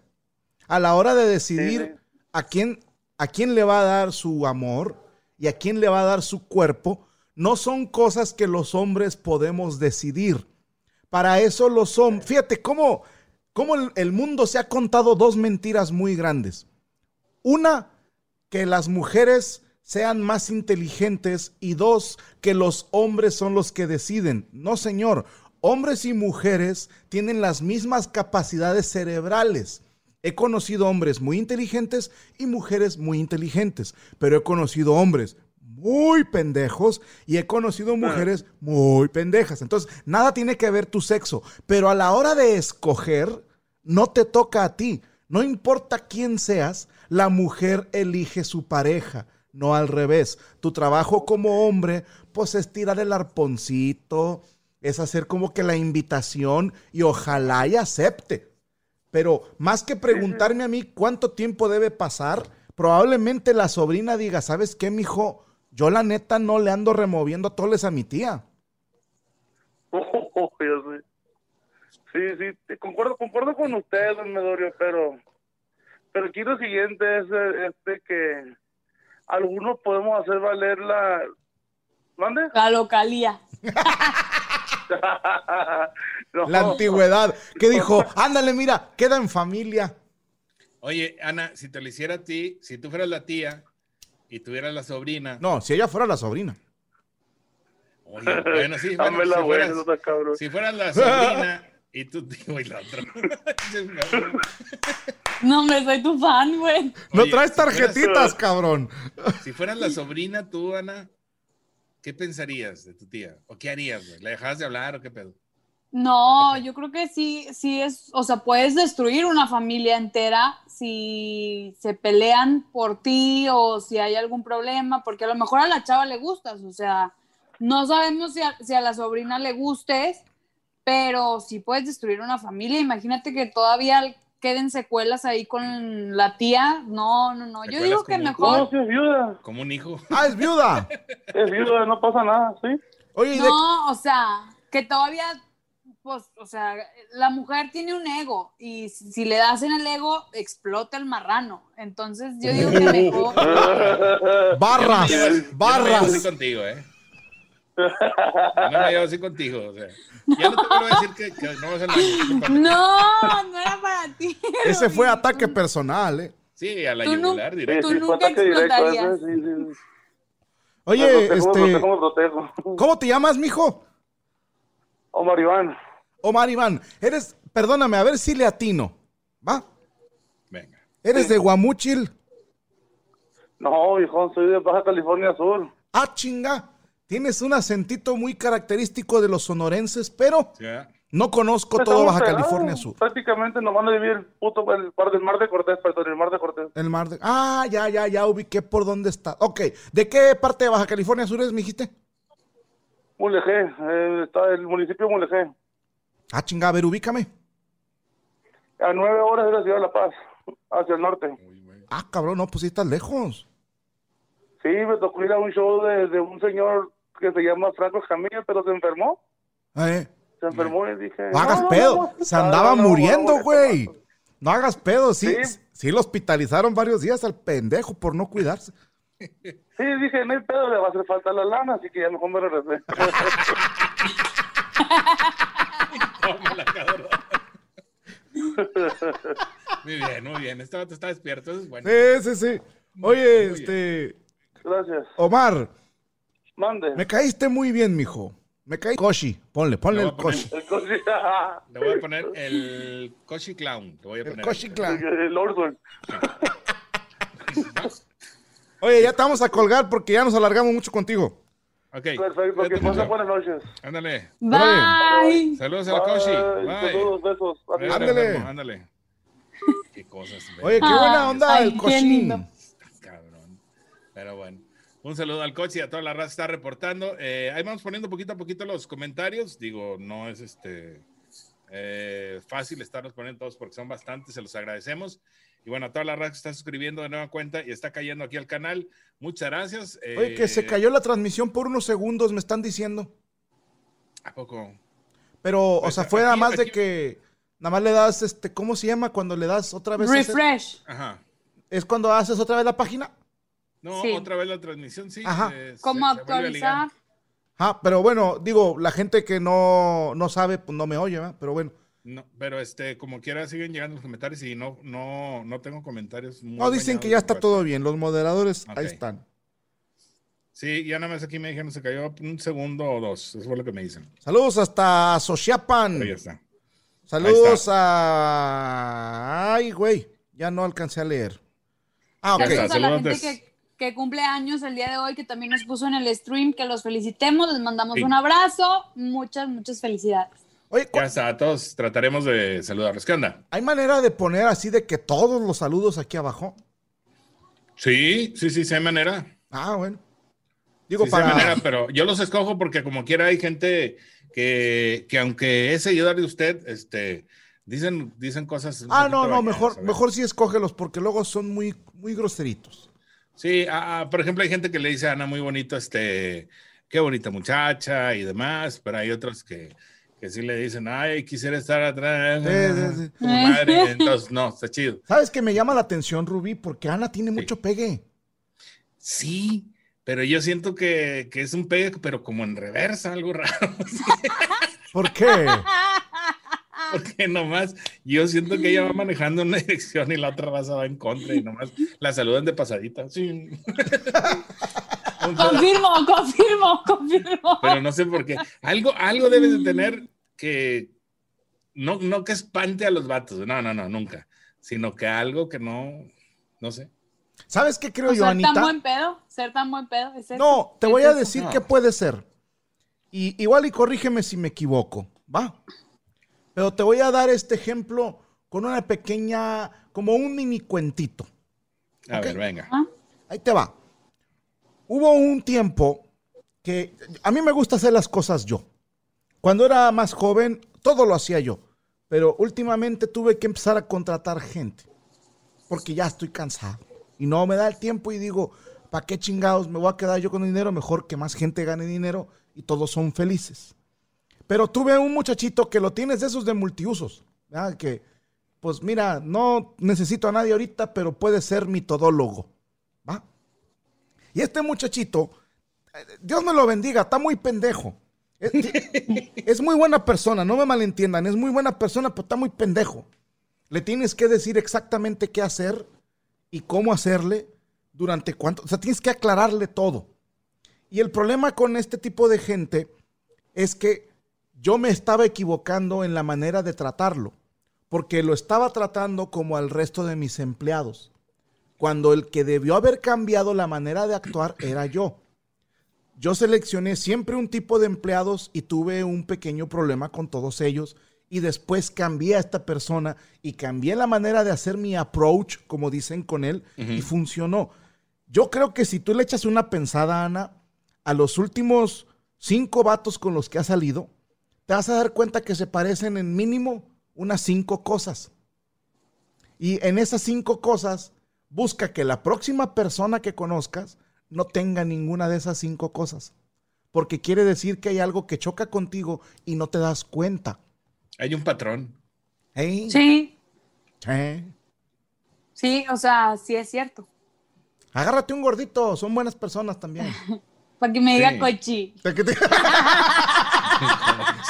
[SPEAKER 3] A la hora de decidir a quién a quién le va a dar su amor y a quién le va a dar su cuerpo, no son cosas que los hombres podemos decidir. Para eso los hombres, fíjate cómo cómo el- el mundo se ha contado dos mentiras muy grandes. Una, que las mujeres sean más inteligentes y dos, que los hombres son los que deciden. No, señor, hombres y mujeres tienen las mismas capacidades cerebrales. He conocido hombres muy inteligentes y mujeres muy inteligentes, pero he conocido hombres muy pendejos y he conocido mujeres muy pendejas. Entonces, nada tiene que ver tu sexo, pero a la hora de escoger, no te toca a ti. No importa quién seas, la mujer elige su pareja, no al revés. Tu trabajo como hombre, pues es tirar el arponcito, es hacer como que la invitación y ojalá y acepte. Pero más que preguntarme a mí cuánto tiempo debe pasar, probablemente la sobrina diga, ¿sabes qué, mijo? Yo la neta no le ando removiendo toles a mi tía.
[SPEAKER 8] ya sé. Sí, sí, te- concuerdo, concuerdo con usted, don Medorio, pero, pero aquí lo siguiente es eh, este que algunos podemos hacer valer la... ¿Mande?
[SPEAKER 5] La localía.
[SPEAKER 8] No.
[SPEAKER 3] La antigüedad. ¿Qué dijo? Ándale, mira, queda en familia.
[SPEAKER 4] Oye, Ana, si te lo hiciera a ti, si tú fueras la tía y tuvieras la sobrina.
[SPEAKER 3] No, si ella fuera la sobrina.
[SPEAKER 4] Oye, bueno, sí, bueno,
[SPEAKER 8] Dame la
[SPEAKER 4] si,
[SPEAKER 8] buena,
[SPEAKER 4] fueras,
[SPEAKER 8] no seas cabrón.
[SPEAKER 4] si fueras la sobrina y tú, y la otra.
[SPEAKER 5] No, me soy tu fan, güey.
[SPEAKER 3] No
[SPEAKER 4] Oye,
[SPEAKER 3] traes
[SPEAKER 4] si fueras-
[SPEAKER 3] tarjetitas, cabrón.
[SPEAKER 4] Si fueras la sobrina tú, Ana, ¿qué pensarías de tu tía? ¿O qué harías? güey? ¿Le dejabas de hablar o qué pedo?
[SPEAKER 5] No, yo creo que sí, sí es, o sea, puedes destruir una familia entera si se pelean por ti o si hay algún problema, porque a lo mejor a la chava le gustas, o sea, no sabemos si a, si a la sobrina le gustes, pero si puedes destruir una familia, imagínate que todavía queden secuelas ahí con la tía, no, no, no, yo
[SPEAKER 4] Secuelas
[SPEAKER 5] digo que
[SPEAKER 4] como-
[SPEAKER 5] mejor,
[SPEAKER 8] No, si es viuda,
[SPEAKER 4] Como un hijo.
[SPEAKER 3] Ah, es viuda.
[SPEAKER 8] es viuda, no pasa nada, ¿sí?
[SPEAKER 3] Oye, ¿y de-
[SPEAKER 5] No, o sea, que todavía, pues, o sea, la mujer tiene un ego y si, si le das en el ego, explota el marrano. Entonces yo digo que mejor.
[SPEAKER 3] barras,
[SPEAKER 4] Yo no me llevo- yo no me llevo así
[SPEAKER 3] barras.
[SPEAKER 4] contigo, ¿eh? Yo No me llevo así contigo. O sea, ya no te vuelvo a decir que, que no vas a la. discúlpame.
[SPEAKER 5] No, no era para ti.
[SPEAKER 3] Ese fue
[SPEAKER 5] Rodrigo.
[SPEAKER 3] ataque personal, eh.
[SPEAKER 4] Sí, a la
[SPEAKER 5] Tú no-
[SPEAKER 4] yugular
[SPEAKER 8] Sí,
[SPEAKER 4] directo.
[SPEAKER 5] Tú
[SPEAKER 8] sí, fue
[SPEAKER 5] nunca
[SPEAKER 8] ataque directo,
[SPEAKER 5] explotarías.
[SPEAKER 8] ese, sí, sí, sí. Me
[SPEAKER 3] Oye,
[SPEAKER 8] protejo, me
[SPEAKER 3] este,
[SPEAKER 8] protejo, me protejo.
[SPEAKER 3] ¿cómo te llamas, mijo?
[SPEAKER 8] Omar Iván,
[SPEAKER 3] Omar Iván, eres, perdóname, a ver si le atino, ¿va?
[SPEAKER 4] Venga.
[SPEAKER 3] Eres de Guamúchil,
[SPEAKER 8] no, hijo, soy de Baja California Sur.
[SPEAKER 3] ah, chinga, tienes un acentito muy característico de los sonorenses, pero
[SPEAKER 4] ¿Sí, verdad?
[SPEAKER 3] no conozco Pues todo
[SPEAKER 8] Estamos
[SPEAKER 3] Baja
[SPEAKER 8] pegados,
[SPEAKER 3] California Sur.
[SPEAKER 8] Prácticamente nos van a vivir el puto el, par del mar de Cortés, perdón, el mar de Cortés.
[SPEAKER 3] El mar de... Ah, ya, ya, ya ubiqué por dónde está. Ok, ¿de qué parte de Baja California Sur es, mijiste?
[SPEAKER 8] Mulegé, eh, está el municipio de Mulegé,
[SPEAKER 3] Ah, chinga, a ver, ubícame.
[SPEAKER 8] a nueve horas de la ciudad de La Paz, hacia el norte.
[SPEAKER 3] Ah, cabrón, no, pues sí estás lejos.
[SPEAKER 8] Sí, me tocó ir a un show de, de un señor que se llama Franco Camilla, pero se enfermó.
[SPEAKER 3] Eh.
[SPEAKER 8] Se enfermó y dije.
[SPEAKER 3] No hagas
[SPEAKER 8] no, no,
[SPEAKER 3] pedo.
[SPEAKER 8] no.
[SPEAKER 3] Se andaba
[SPEAKER 8] No, no, no,
[SPEAKER 3] muriendo,
[SPEAKER 8] no,
[SPEAKER 3] güey. No hagas pedo. Sí,
[SPEAKER 8] Sí.
[SPEAKER 3] sí lo hospitalizaron varios días al pendejo por no cuidarse.
[SPEAKER 8] Sí, dije, no hay pedo, le va a hacer falta la lana, así que ya mejor me regresé.
[SPEAKER 4] Toma la cabrón. Muy bien, muy bien. Este vato está despierto. Eso es bueno.
[SPEAKER 3] Sí, sí, sí. Oye,
[SPEAKER 4] Muy
[SPEAKER 3] este.
[SPEAKER 8] Gracias.
[SPEAKER 3] Omar,
[SPEAKER 8] Mande.
[SPEAKER 3] me caíste muy bien, mijo. Me caí. Koshi, ponle, ponle
[SPEAKER 4] Le
[SPEAKER 3] el
[SPEAKER 4] voy a poner-
[SPEAKER 3] Koshi.
[SPEAKER 8] El, co-
[SPEAKER 4] Le voy a poner el Koshi Clown. Le voy a
[SPEAKER 3] El
[SPEAKER 4] poner
[SPEAKER 3] Koshi Clan.
[SPEAKER 8] el Orson.
[SPEAKER 3] Oye, ya te vamos a colgar porque ya nos alargamos mucho contigo.
[SPEAKER 4] Ok.
[SPEAKER 8] Perfecto, que
[SPEAKER 4] Cuídate
[SPEAKER 8] pasa
[SPEAKER 4] mucho.
[SPEAKER 8] buenas noches.
[SPEAKER 4] Ándale.
[SPEAKER 5] Bye.
[SPEAKER 4] Saludos a la
[SPEAKER 8] Bye,
[SPEAKER 4] Koshi. Bye.
[SPEAKER 8] Saludos, pues besos. Adiós.
[SPEAKER 3] Ándale.
[SPEAKER 4] Ándale. Ándale. Qué cosas. güey.
[SPEAKER 3] Oye, qué
[SPEAKER 5] Ah,
[SPEAKER 3] buena onda
[SPEAKER 5] ay,
[SPEAKER 3] el
[SPEAKER 5] qué
[SPEAKER 3] Koshi.
[SPEAKER 5] lindo.
[SPEAKER 4] Cabrón. Pero bueno. Un saludo al coche y a toda la raza que está reportando. Eh, ahí vamos poniendo poquito a poquito los comentarios. Digo, no es este eh, fácil estarnos poniendo todos porque son bastantes, se los agradecemos. Y bueno, a toda la raza que está suscribiendo de nueva cuenta y está cayendo aquí al canal. Muchas gracias.
[SPEAKER 3] Oye, que se
[SPEAKER 4] Eh,
[SPEAKER 3] cayó la transmisión por unos segundos, me están diciendo.
[SPEAKER 4] ¿A poco?
[SPEAKER 3] Pero, o
[SPEAKER 4] Pues,
[SPEAKER 3] sea, fue nada
[SPEAKER 4] aquí-
[SPEAKER 3] más de
[SPEAKER 4] aquí-
[SPEAKER 3] que. Nada más le das, este, ¿cómo se llama? Cuando le das otra vez. ese-
[SPEAKER 5] Refresh.
[SPEAKER 4] Ajá.
[SPEAKER 3] es cuando haces otra vez la página.
[SPEAKER 4] No,
[SPEAKER 5] Sí.
[SPEAKER 4] otra vez la transmisión, sí.
[SPEAKER 3] Ajá.
[SPEAKER 4] eh, se-
[SPEAKER 5] ¿Cómo
[SPEAKER 4] se vuelve a ligar.
[SPEAKER 5] actualizar?
[SPEAKER 3] Ah, pero bueno, digo, la gente que no, no sabe, pues no me oye, ¿verdad? Pero bueno.
[SPEAKER 4] No, pero este, como quiera, siguen llegando los comentarios y no, no, no tengo comentarios. muy
[SPEAKER 3] No, dicen que
[SPEAKER 4] bañados
[SPEAKER 3] ya
[SPEAKER 4] de
[SPEAKER 3] está
[SPEAKER 4] fuerza.
[SPEAKER 3] todo bien. Los moderadores ahí
[SPEAKER 4] Ok.
[SPEAKER 3] están.
[SPEAKER 4] Sí, ya nada más aquí me dijeron, se cayó un segundo o dos. Eso fue lo que me dicen.
[SPEAKER 3] Saludos hasta
[SPEAKER 4] Pero ya
[SPEAKER 3] Sochiapan.
[SPEAKER 4] está.
[SPEAKER 3] Saludos a. Ay, güey. Ya no alcancé a leer. Ah, ok.
[SPEAKER 4] Ya
[SPEAKER 5] Saludos
[SPEAKER 4] está,
[SPEAKER 5] a la gente
[SPEAKER 4] saludotes.
[SPEAKER 5] que, que cumple años el día de hoy, que también nos puso en el stream, que los felicitemos, les mandamos
[SPEAKER 4] Sí.
[SPEAKER 5] un abrazo, muchas, muchas felicidades.
[SPEAKER 3] Oye, cu-
[SPEAKER 4] Ya está, a todos trataremos de saludarlos. ¿Qué onda?
[SPEAKER 3] ¿hay manera de poner así de que todos los saludos aquí abajo?
[SPEAKER 4] Sí, sí, sí, sí hay manera.
[SPEAKER 3] Ah, bueno. Digo,
[SPEAKER 4] Sí, sí hay
[SPEAKER 3] para.
[SPEAKER 4] manera, pero yo los escojo porque como quiera hay gente que, que aunque es seguidor de usted, este, dicen, dicen cosas. un
[SPEAKER 3] Ah, no,
[SPEAKER 4] poquito
[SPEAKER 3] no,
[SPEAKER 4] bacanas,
[SPEAKER 3] mejor,
[SPEAKER 4] ¿sabes?
[SPEAKER 3] mejor sí escógelos porque luego son muy, muy groseritos.
[SPEAKER 4] Sí, ah, ah, por ejemplo, hay gente que le dice a Ana muy bonito, este, qué bonita muchacha y demás, pero hay otros que, que sí le dicen, ay, quisiera estar atrás.
[SPEAKER 3] Sí, sí, sí.
[SPEAKER 4] Como madre, entonces, no, está chido.
[SPEAKER 3] ¿Sabes que me llama la atención, Rubí? Porque Ana tiene mucho pegue.
[SPEAKER 4] Sí, pero yo siento que, que es un pegue, pero como en reversa, algo raro.
[SPEAKER 3] ¿Por qué?
[SPEAKER 4] Porque nomás yo siento que ella va manejando en una dirección y la otra raza va en contra y nomás la saludan de pasadita. Sí.
[SPEAKER 5] Confirmo, confirmo, confirmo.
[SPEAKER 4] Pero no sé por qué. Algo, algo debes de tener que no, no que espante a los vatos. No, no, no, nunca. Sino que algo que no, no sé.
[SPEAKER 3] ¿Sabes qué creo
[SPEAKER 5] O
[SPEAKER 3] yo,
[SPEAKER 5] Pues ser
[SPEAKER 3] Anita?
[SPEAKER 5] tan buen pedo, ser tan buen pedo. ¿es eso?
[SPEAKER 3] No, te voy
[SPEAKER 5] ¿Es
[SPEAKER 3] a
[SPEAKER 5] eso?
[SPEAKER 3] decir
[SPEAKER 4] No.
[SPEAKER 3] qué puede ser. Y, igual y corrígeme si me equivoco, ¿va? Pero te voy a dar este ejemplo con una pequeña, como un mini cuentito.
[SPEAKER 4] A
[SPEAKER 3] Ok.
[SPEAKER 4] ver, venga.
[SPEAKER 3] Ahí te va. Hubo un tiempo que a mí me gusta hacer las cosas yo. Cuando era más joven, todo lo hacía yo. Pero últimamente tuve que empezar a contratar gente. Porque ya estoy cansado. Y no me da el tiempo y digo, ¿para qué chingados me voy a quedar yo con dinero? Mejor que más gente gane dinero y todos son felices. Pero tuve un muchachito que lo tienes de esos de multiusos. ¿verdad? Que, pues mira, no necesito a nadie ahorita, pero puede ser mi todólogo. ¿va? Y este muchachito, eh, Dios me lo bendiga, está muy pendejo. Es, ti- es muy buena persona, no me malentiendan, es muy buena persona, pero está muy pendejo. Le tienes que decir exactamente qué hacer y cómo hacerle, durante cuánto, o sea, tienes que aclararle todo. Y el problema con este tipo de gente es que yo me estaba equivocando en la manera de tratarlo, porque lo estaba tratando como al resto de mis empleados cuando el que debió haber cambiado la manera de actuar era yo. Yo seleccioné siempre un tipo de empleados y tuve un pequeño problema con todos ellos y después cambié a esta persona y cambié la manera de hacer mi approach, como dicen con él, y funcionó. Yo creo que si tú le echas una pensada, Ana, a los últimos cinco vatos con los que has salido, te vas a dar cuenta que se parecen en mínimo unas cinco cosas. Y en esas cinco cosas, busca que la próxima persona que conozcas no tenga ninguna de esas cinco cosas. Porque quiere decir que hay algo que choca contigo y no te das cuenta.
[SPEAKER 4] Hay un patrón.
[SPEAKER 3] ¿Eh?
[SPEAKER 5] Sí,
[SPEAKER 3] ¿Eh?
[SPEAKER 5] sí, o sea, sí es cierto.
[SPEAKER 3] Agárrate un gordito, son buenas personas también.
[SPEAKER 5] Para que me diga
[SPEAKER 4] Sí.
[SPEAKER 5] cochi.
[SPEAKER 3] Para que, te-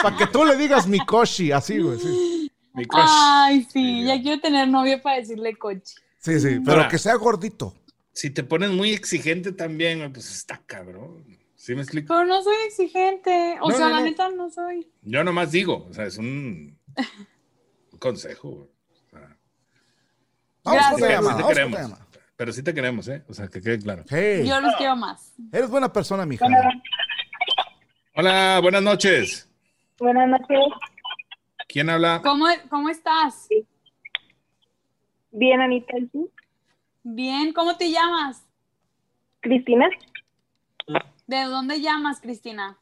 [SPEAKER 3] Pa' que tú le digas mi koshi, así, güey. Sí,
[SPEAKER 4] Mi crush.
[SPEAKER 5] Ay, sí,
[SPEAKER 4] Sí,
[SPEAKER 5] ya
[SPEAKER 4] ya.
[SPEAKER 5] quiero tener novio para decirle cochi.
[SPEAKER 3] sí, sí, pero
[SPEAKER 4] Ahora-
[SPEAKER 3] que sea gordito.
[SPEAKER 4] Si te pones muy exigente también, güey, pues está cabrón. ¿Sí me explico?
[SPEAKER 5] Pero no soy exigente. O
[SPEAKER 4] No,
[SPEAKER 5] sea,
[SPEAKER 4] no,
[SPEAKER 5] la
[SPEAKER 4] no.
[SPEAKER 5] neta no soy.
[SPEAKER 4] Yo nomás digo, o sea, es un, un consejo. güey. O sea,
[SPEAKER 3] Vamos
[SPEAKER 5] Gracias.
[SPEAKER 3] con la llamada,
[SPEAKER 4] sí te
[SPEAKER 3] vamos con la
[SPEAKER 4] queremos,
[SPEAKER 3] llamada.
[SPEAKER 4] pero sí te queremos, ¿eh? O sea, que quede claro.
[SPEAKER 3] Hey,
[SPEAKER 5] Yo los quiero más.
[SPEAKER 3] eres buena persona, mija.
[SPEAKER 4] Hola, buenas noches.
[SPEAKER 9] Buenas noches.
[SPEAKER 4] ¿Quién habla?
[SPEAKER 5] ¿Cómo, cómo estás?
[SPEAKER 9] Bien, Anita. ¿y tú?
[SPEAKER 5] Bien, ¿cómo te llamas?
[SPEAKER 9] Cristina,
[SPEAKER 5] ¿De dónde llamas, Cristina?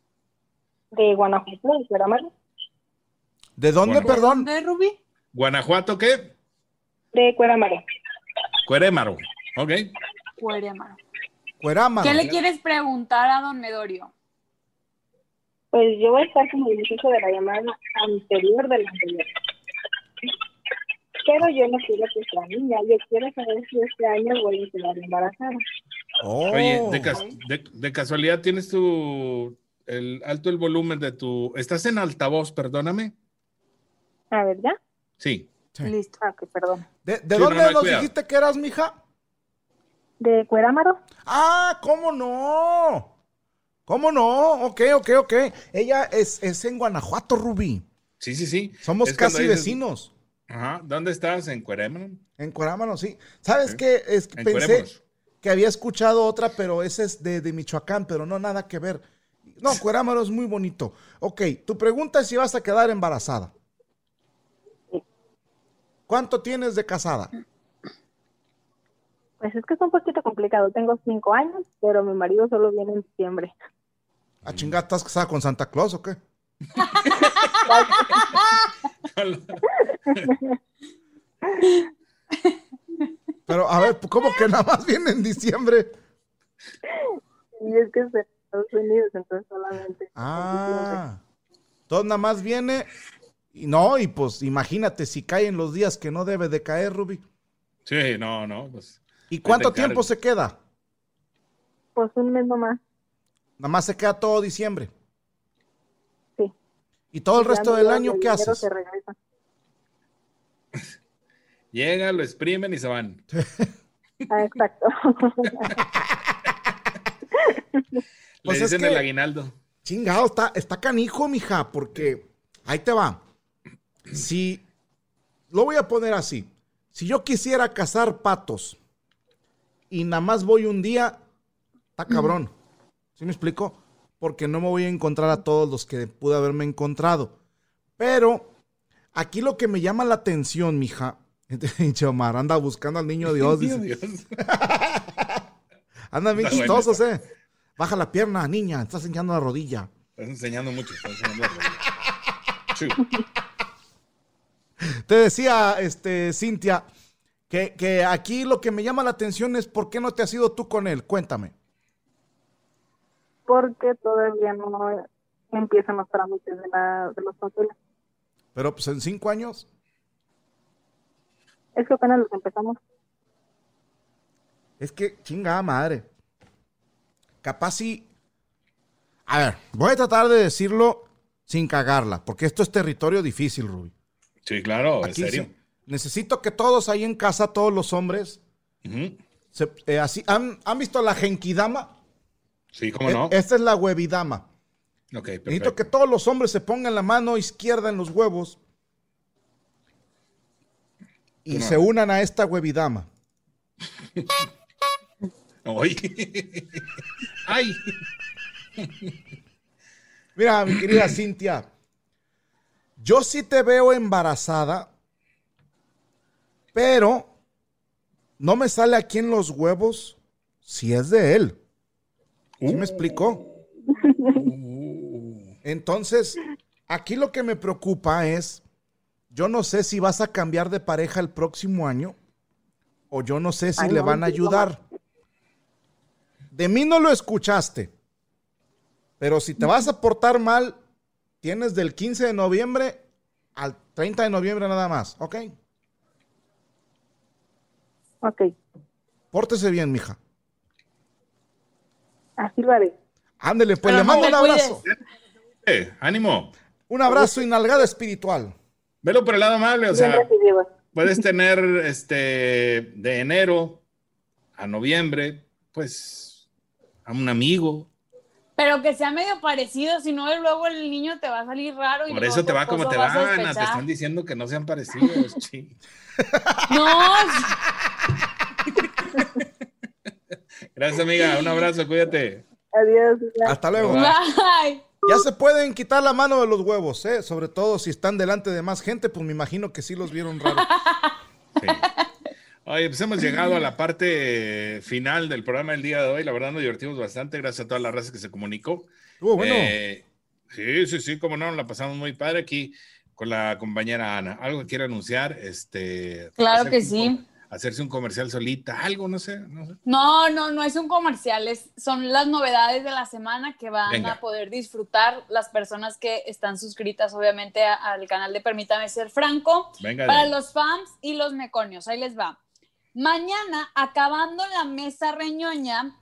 [SPEAKER 9] de Guanajuato, de Cuerámaro.
[SPEAKER 3] ¿De dónde,
[SPEAKER 4] Bueno.
[SPEAKER 3] perdón?
[SPEAKER 5] ¿De Rubí?
[SPEAKER 4] ¿Guanajuato qué?
[SPEAKER 9] De Cuerámaro.
[SPEAKER 4] Cuerémaro. Ok.
[SPEAKER 5] Cuéramaro.
[SPEAKER 3] Cuerámaro.
[SPEAKER 5] ¿Qué le quieres preguntar a don Medorio?
[SPEAKER 9] Pues yo voy a estar como el muchacho de la llamada anterior de la anterior. Pero yo no quiero que sea niña. Yo quiero saber si este año voy a quedar embarazada.
[SPEAKER 3] Oh.
[SPEAKER 4] Oye, de, cas- de- de casualidad tienes tu el alto el volumen de tu. ¿Estás en altavoz, perdóname?
[SPEAKER 9] Ah, ¿verdad?
[SPEAKER 4] Sí.
[SPEAKER 3] Sí.
[SPEAKER 5] Listo.
[SPEAKER 9] Ah, que perdón.
[SPEAKER 3] ¿De, de
[SPEAKER 4] Sí,
[SPEAKER 3] dónde
[SPEAKER 4] no, no,
[SPEAKER 3] nos
[SPEAKER 4] cuidado.
[SPEAKER 3] dijiste que eras, mija?
[SPEAKER 9] ¿De Cuerámaro?
[SPEAKER 3] Ah, ¿cómo no? ¿Cómo no? Ok, ok, ok. Ella es, es en Guanajuato, Rubí.
[SPEAKER 4] Sí, sí, sí.
[SPEAKER 3] Somos
[SPEAKER 4] Es cuando
[SPEAKER 3] casi
[SPEAKER 4] dices,
[SPEAKER 3] vecinos.
[SPEAKER 4] Ajá, ¿dónde estás? ¿En Cuerémano?
[SPEAKER 3] En Cuarámano, sí. ¿Sabes
[SPEAKER 4] Sí.
[SPEAKER 3] qué? Es que
[SPEAKER 4] En
[SPEAKER 3] pensé
[SPEAKER 4] Cuerémonos.
[SPEAKER 3] que había escuchado otra, pero esa es de, de Michoacán, pero no nada que ver. No, Cuerámano es muy bonito. Ok, tu pregunta es si vas a quedar embarazada. ¿Cuánto tienes de casada?
[SPEAKER 9] Pues es que es un poquito complicado. Tengo cinco años, pero mi marido solo viene en diciembre.
[SPEAKER 3] ¿A chingada Ah, estás casada con Santa Claus o qué? Pero a ver, ¿cómo que nada más viene en diciembre?
[SPEAKER 9] Y es que es de Estados Unidos, entonces solamente.
[SPEAKER 3] Ah, entonces nada más viene. Y no, y pues imagínate si caen los días que no debe de caer, Ruby.
[SPEAKER 4] Sí, no, no, pues.
[SPEAKER 3] ¿Y
[SPEAKER 4] te
[SPEAKER 3] cuánto
[SPEAKER 4] encargo.
[SPEAKER 3] tiempo se queda?
[SPEAKER 9] Pues un mes nomás.
[SPEAKER 3] Nada más se queda todo diciembre.
[SPEAKER 9] Sí.
[SPEAKER 3] ¿Y todo el
[SPEAKER 9] Ya
[SPEAKER 3] resto
[SPEAKER 9] me
[SPEAKER 3] del
[SPEAKER 9] llevan
[SPEAKER 3] año
[SPEAKER 9] el
[SPEAKER 3] qué
[SPEAKER 9] dinero,
[SPEAKER 3] haces?
[SPEAKER 9] se regresa.
[SPEAKER 4] Llega, lo exprimen y se van.
[SPEAKER 9] Ah, exacto.
[SPEAKER 4] Le
[SPEAKER 3] Pues es
[SPEAKER 4] dicen
[SPEAKER 3] que-
[SPEAKER 4] el aguinaldo.
[SPEAKER 3] Chingado, está, está canijo, mija, porque ahí te va. Si lo voy a poner así: si yo quisiera cazar patos y nada más voy un día, está cabrón. ¿Sí me explico? Porque no me voy a encontrar a todos los que pude haberme encontrado. Pero aquí lo que me llama la atención, mija, pinche Omar, anda buscando al niño Dios. dice.
[SPEAKER 4] Dios.
[SPEAKER 3] Andan bien
[SPEAKER 4] Está bueno,
[SPEAKER 3] chistosos, eh. Baja la pierna, niña, estás enseñando la rodilla.
[SPEAKER 4] Estás enseñando mucho. estás enseñando la rodilla. Sí.
[SPEAKER 3] Te decía, este, Cintia, que, que aquí lo que me llama la atención es por qué no te has ido tú con él. Cuéntame.
[SPEAKER 9] Porque todavía no empiezan los trámites de, la, de los papeles.
[SPEAKER 3] Pero pues en cinco años,
[SPEAKER 9] Es que apenas los empezamos.
[SPEAKER 3] es que chingada madre. Capaz si. A ver, voy a tratar de decirlo sin cagarla, porque esto es territorio difícil, Ruby.
[SPEAKER 4] Sí, claro, en
[SPEAKER 3] Aquí
[SPEAKER 4] serio.
[SPEAKER 3] sí. Necesito que todos ahí en casa, todos los hombres,
[SPEAKER 4] Ujú.
[SPEAKER 3] se- eh, así, ¿han, han visto la genkidama?
[SPEAKER 4] Sí, cómo no.
[SPEAKER 3] E- Esta es la huevidama.
[SPEAKER 4] ok,
[SPEAKER 3] Necesito
[SPEAKER 4] perfecto.
[SPEAKER 3] que todos los hombres se pongan la mano izquierda en los huevos y
[SPEAKER 4] Claro.
[SPEAKER 3] se unan a esta huevidama.
[SPEAKER 4] Ay. Ay.
[SPEAKER 3] Mira, mi querida Cintia, yo sí te veo embarazada, pero no me sale aquí en los huevos si es de él. ¿Sí
[SPEAKER 4] Uh.
[SPEAKER 3] me explicó? Entonces, aquí lo que me preocupa es, yo no sé si vas a cambiar de pareja el próximo año o yo no sé si
[SPEAKER 9] Ay,
[SPEAKER 3] le
[SPEAKER 9] no,
[SPEAKER 3] van a
[SPEAKER 9] no.
[SPEAKER 3] ayudar. De mí no lo escuchaste, pero si te vas a portar mal, tienes del 15 de noviembre al 30 de noviembre nada más, ¿ok?
[SPEAKER 9] Ok,
[SPEAKER 3] Pórtese bien, mija.
[SPEAKER 9] así lo haré.
[SPEAKER 3] Ándele, pues
[SPEAKER 5] Pero
[SPEAKER 3] le
[SPEAKER 5] no
[SPEAKER 3] mando
[SPEAKER 5] te
[SPEAKER 3] un abrazo.
[SPEAKER 4] Eh, ánimo.
[SPEAKER 3] Un abrazo y nalgada espiritual.
[SPEAKER 4] Velo por el lado amable, o
[SPEAKER 9] Bien
[SPEAKER 4] sea,
[SPEAKER 9] recibido.
[SPEAKER 4] puedes tener este de enero a noviembre, pues a un amigo.
[SPEAKER 5] Pero que sea medio parecido, si no, luego el niño te va a salir raro. Y
[SPEAKER 4] Por
[SPEAKER 5] luego
[SPEAKER 4] eso te
[SPEAKER 5] tu
[SPEAKER 4] va como
[SPEAKER 5] esposo
[SPEAKER 4] te
[SPEAKER 5] va a
[SPEAKER 4] va, Ana. Te
[SPEAKER 5] sospechar.
[SPEAKER 4] están diciendo que no sean parecidos. chi.
[SPEAKER 5] No,
[SPEAKER 4] Gracias, amiga. Un abrazo, cuídate.
[SPEAKER 9] Adiós. ya.
[SPEAKER 3] Hasta luego.
[SPEAKER 5] bye.
[SPEAKER 3] Ya se pueden quitar la mano de los huevos, ¿eh? Sobre todo si están delante de más gente, pues me imagino que sí los vieron raro.
[SPEAKER 4] Sí. Oye, pues hemos llegado a la parte final del programa del día de hoy. La verdad nos divertimos bastante. Gracias a toda la raza que se comunicó.
[SPEAKER 3] Estuvo bueno.
[SPEAKER 4] Eh, sí, sí, sí, como no, la pasamos muy padre aquí con la compañera Ana. ¿Algo que quiera anunciar? Este,
[SPEAKER 5] Claro
[SPEAKER 4] hacer
[SPEAKER 5] que
[SPEAKER 4] un
[SPEAKER 5] sí.
[SPEAKER 4] com- Hacerse un comercial solita, algo, no sé. No sé.
[SPEAKER 5] No, no, no es un comercial, es- son las novedades de la semana que van
[SPEAKER 4] Venga.
[SPEAKER 5] a poder disfrutar las personas que están suscritas, obviamente, a- al canal de Permítame Ser Franco.
[SPEAKER 4] Venga,
[SPEAKER 5] Para
[SPEAKER 4] de-
[SPEAKER 5] los fans y los meconios, ahí les va. Mañana, acabando la mesa reñoña,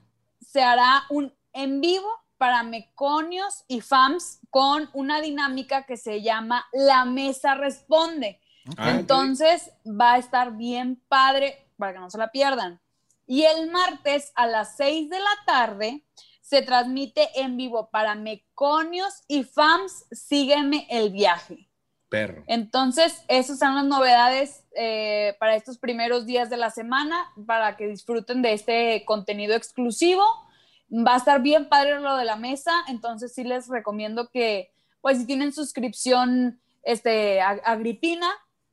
[SPEAKER 5] se hará un en vivo para meconios y fans con una dinámica que se llama La Mesa Responde.
[SPEAKER 4] Ah,
[SPEAKER 5] Entonces va a estar bien padre para que no se la pierdan. Y el martes a las 6 de la tarde se transmite en vivo para meconios y fans. Sígueme el viaje.
[SPEAKER 4] Perro.
[SPEAKER 5] Entonces, esas son las novedades eh, para estos primeros días de la semana, para que disfruten de este contenido exclusivo. Va a estar bien padre lo de la mesa, entonces sí les recomiendo que, pues si tienen suscripción este, a, Agripina,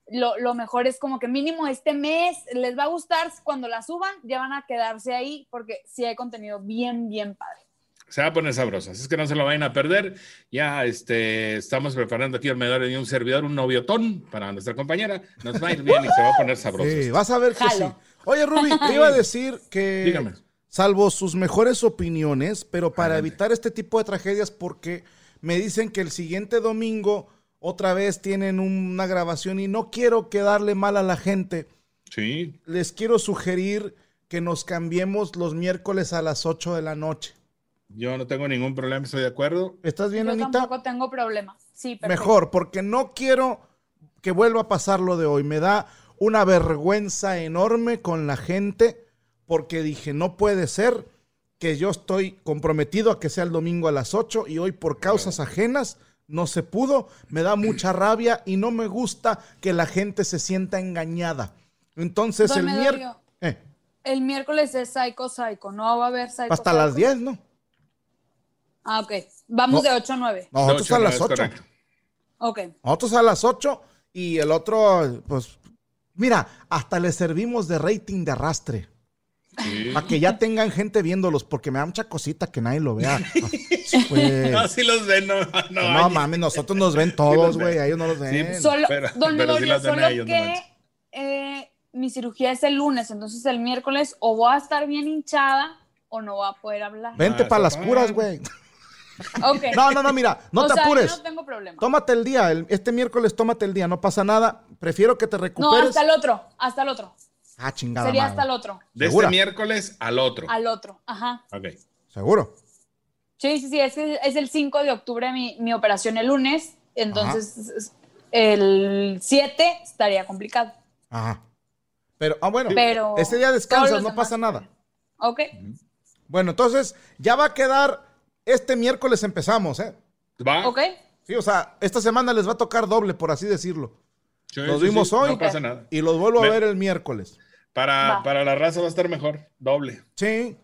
[SPEAKER 5] lo, lo mejor es como que mínimo este mes les va a gustar, cuando la suban ya van a quedarse ahí porque sí hay contenido bien, bien padre.
[SPEAKER 4] Se va a poner sabroso, así es que no se lo vayan a perder. Ya este, estamos preparando aquí al medallero de un servidor, un noviotón para nuestra compañera. Nos va a ir bien y se va a poner sabroso.
[SPEAKER 3] Sí, vas a ver que
[SPEAKER 5] Jalo.
[SPEAKER 3] sí. Oye, Ruby, te iba a decir que.
[SPEAKER 4] Dígame.
[SPEAKER 3] Salvo sus mejores opiniones, pero para evitar este tipo de tragedias, porque me dicen que el siguiente domingo otra vez tienen una grabación y no quiero quedarle mal a la gente.
[SPEAKER 4] Sí,
[SPEAKER 3] Les quiero sugerir que nos cambiemos los miércoles a las 8 de la noche.
[SPEAKER 4] yo no tengo ningún problema, estoy de acuerdo.
[SPEAKER 3] ¿Estás bien,
[SPEAKER 5] Yo
[SPEAKER 3] Anita?
[SPEAKER 5] tampoco tengo problema. Sí, perfecto.
[SPEAKER 3] Mejor, porque no quiero que vuelva a pasar lo de hoy. Me da una vergüenza enorme con la gente porque dije, no puede ser que yo estoy comprometido a que sea el domingo a las 8 y hoy por causas ajenas no se pudo. Me da mucha rabia y no me gusta que la gente se sienta engañada. Entonces
[SPEAKER 5] Don
[SPEAKER 3] el Eh, miércoles...
[SPEAKER 5] Medorio, El miércoles es Psycho Psycho, no va a haber Psycho
[SPEAKER 3] hasta
[SPEAKER 5] Psycho?
[SPEAKER 3] las 10, ¿no?
[SPEAKER 5] Ah, ok. Vamos
[SPEAKER 3] No.
[SPEAKER 5] de 8 a 9.
[SPEAKER 3] Nosotros
[SPEAKER 4] Ocho,
[SPEAKER 3] a
[SPEAKER 4] no,
[SPEAKER 3] las
[SPEAKER 4] es
[SPEAKER 3] 8.
[SPEAKER 4] correcto.
[SPEAKER 5] Ok.
[SPEAKER 3] Nosotros a las 8 y el otro, pues, mira, hasta le servimos de rating de arrastre.
[SPEAKER 4] Sí.
[SPEAKER 3] Para que ya tengan gente viéndolos, porque me da mucha cosita que nadie lo vea. Pues,
[SPEAKER 4] No, si los ven, no, no,
[SPEAKER 3] no
[SPEAKER 4] hay.
[SPEAKER 3] mames, nosotros nos ven
[SPEAKER 4] Sí
[SPEAKER 3] todos,
[SPEAKER 4] los
[SPEAKER 3] güey,
[SPEAKER 4] ven.
[SPEAKER 3] a ellos no los
[SPEAKER 4] Sí,
[SPEAKER 3] ven.
[SPEAKER 5] Solo,
[SPEAKER 4] pero-
[SPEAKER 5] don
[SPEAKER 4] pero sí
[SPEAKER 5] Medorio,
[SPEAKER 4] las ven a
[SPEAKER 5] solo
[SPEAKER 4] ellos, no
[SPEAKER 5] que
[SPEAKER 4] manches.
[SPEAKER 5] eh, mi cirugía es el lunes, entonces el miércoles o voy a estar bien hinchada o no voy a poder hablar.
[SPEAKER 3] Vente
[SPEAKER 4] Ah,
[SPEAKER 3] para las
[SPEAKER 4] está
[SPEAKER 3] curas,
[SPEAKER 4] bien.
[SPEAKER 3] güey.
[SPEAKER 5] Ok.
[SPEAKER 3] No, no, no, mira, no
[SPEAKER 5] O
[SPEAKER 3] te
[SPEAKER 5] sea, yo
[SPEAKER 3] apures.
[SPEAKER 5] no tengo problema.
[SPEAKER 3] Tómate el día, el- este miércoles tómate el día, no pasa nada. Prefiero que te
[SPEAKER 5] No,
[SPEAKER 3] recuperes.
[SPEAKER 5] hasta el otro, hasta el otro.
[SPEAKER 3] Ah, chingada.
[SPEAKER 5] Sería
[SPEAKER 3] madre.
[SPEAKER 5] hasta el otro,
[SPEAKER 4] De
[SPEAKER 3] ¿Segura?
[SPEAKER 4] este miércoles al otro.
[SPEAKER 5] al otro. Ajá.
[SPEAKER 4] Ok.
[SPEAKER 3] Seguro.
[SPEAKER 5] Sí, sí, sí, es, que es el 5 de octubre mi, mi operación el lunes, entonces es- el 7 estaría complicado.
[SPEAKER 3] Ajá. Pero, ah, bueno,
[SPEAKER 5] Pero
[SPEAKER 3] ese día
[SPEAKER 5] todos
[SPEAKER 3] descansas,
[SPEAKER 5] los
[SPEAKER 3] no pasa
[SPEAKER 5] demás-
[SPEAKER 3] nada.
[SPEAKER 5] Ok.
[SPEAKER 3] Bueno, entonces ya va a quedar. Este miércoles empezamos, ¿eh?
[SPEAKER 4] ¿Va?
[SPEAKER 5] Ok.
[SPEAKER 3] Sí, o sea, esta semana les va a tocar doble, por así decirlo.
[SPEAKER 4] Sí,
[SPEAKER 3] Nos
[SPEAKER 4] sí,
[SPEAKER 3] vimos
[SPEAKER 4] sí,
[SPEAKER 3] hoy.
[SPEAKER 4] No pasa nada.
[SPEAKER 3] Y los vuelvo a
[SPEAKER 4] Me-
[SPEAKER 3] ver el miércoles.
[SPEAKER 4] Para,
[SPEAKER 5] Va.
[SPEAKER 4] para la raza va a estar mejor, doble.
[SPEAKER 3] Sí.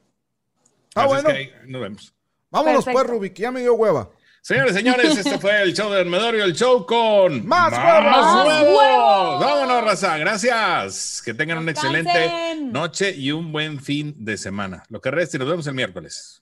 [SPEAKER 3] Ah,
[SPEAKER 4] Así es
[SPEAKER 3] bueno.
[SPEAKER 4] que ahí nos vemos.
[SPEAKER 3] Vámonos pues,
[SPEAKER 5] Perfecto.
[SPEAKER 3] Rubik, ya me dio hueva.
[SPEAKER 4] Señores, señores, este fue el show del Medorio, el show con
[SPEAKER 3] ¡Más
[SPEAKER 5] huevos! ¡Más huevos!
[SPEAKER 4] Vámonos, raza. Gracias. Que tengan una
[SPEAKER 5] Descansen.
[SPEAKER 4] excelente noche y un buen fin de semana. Lo que resta y nos vemos el miércoles.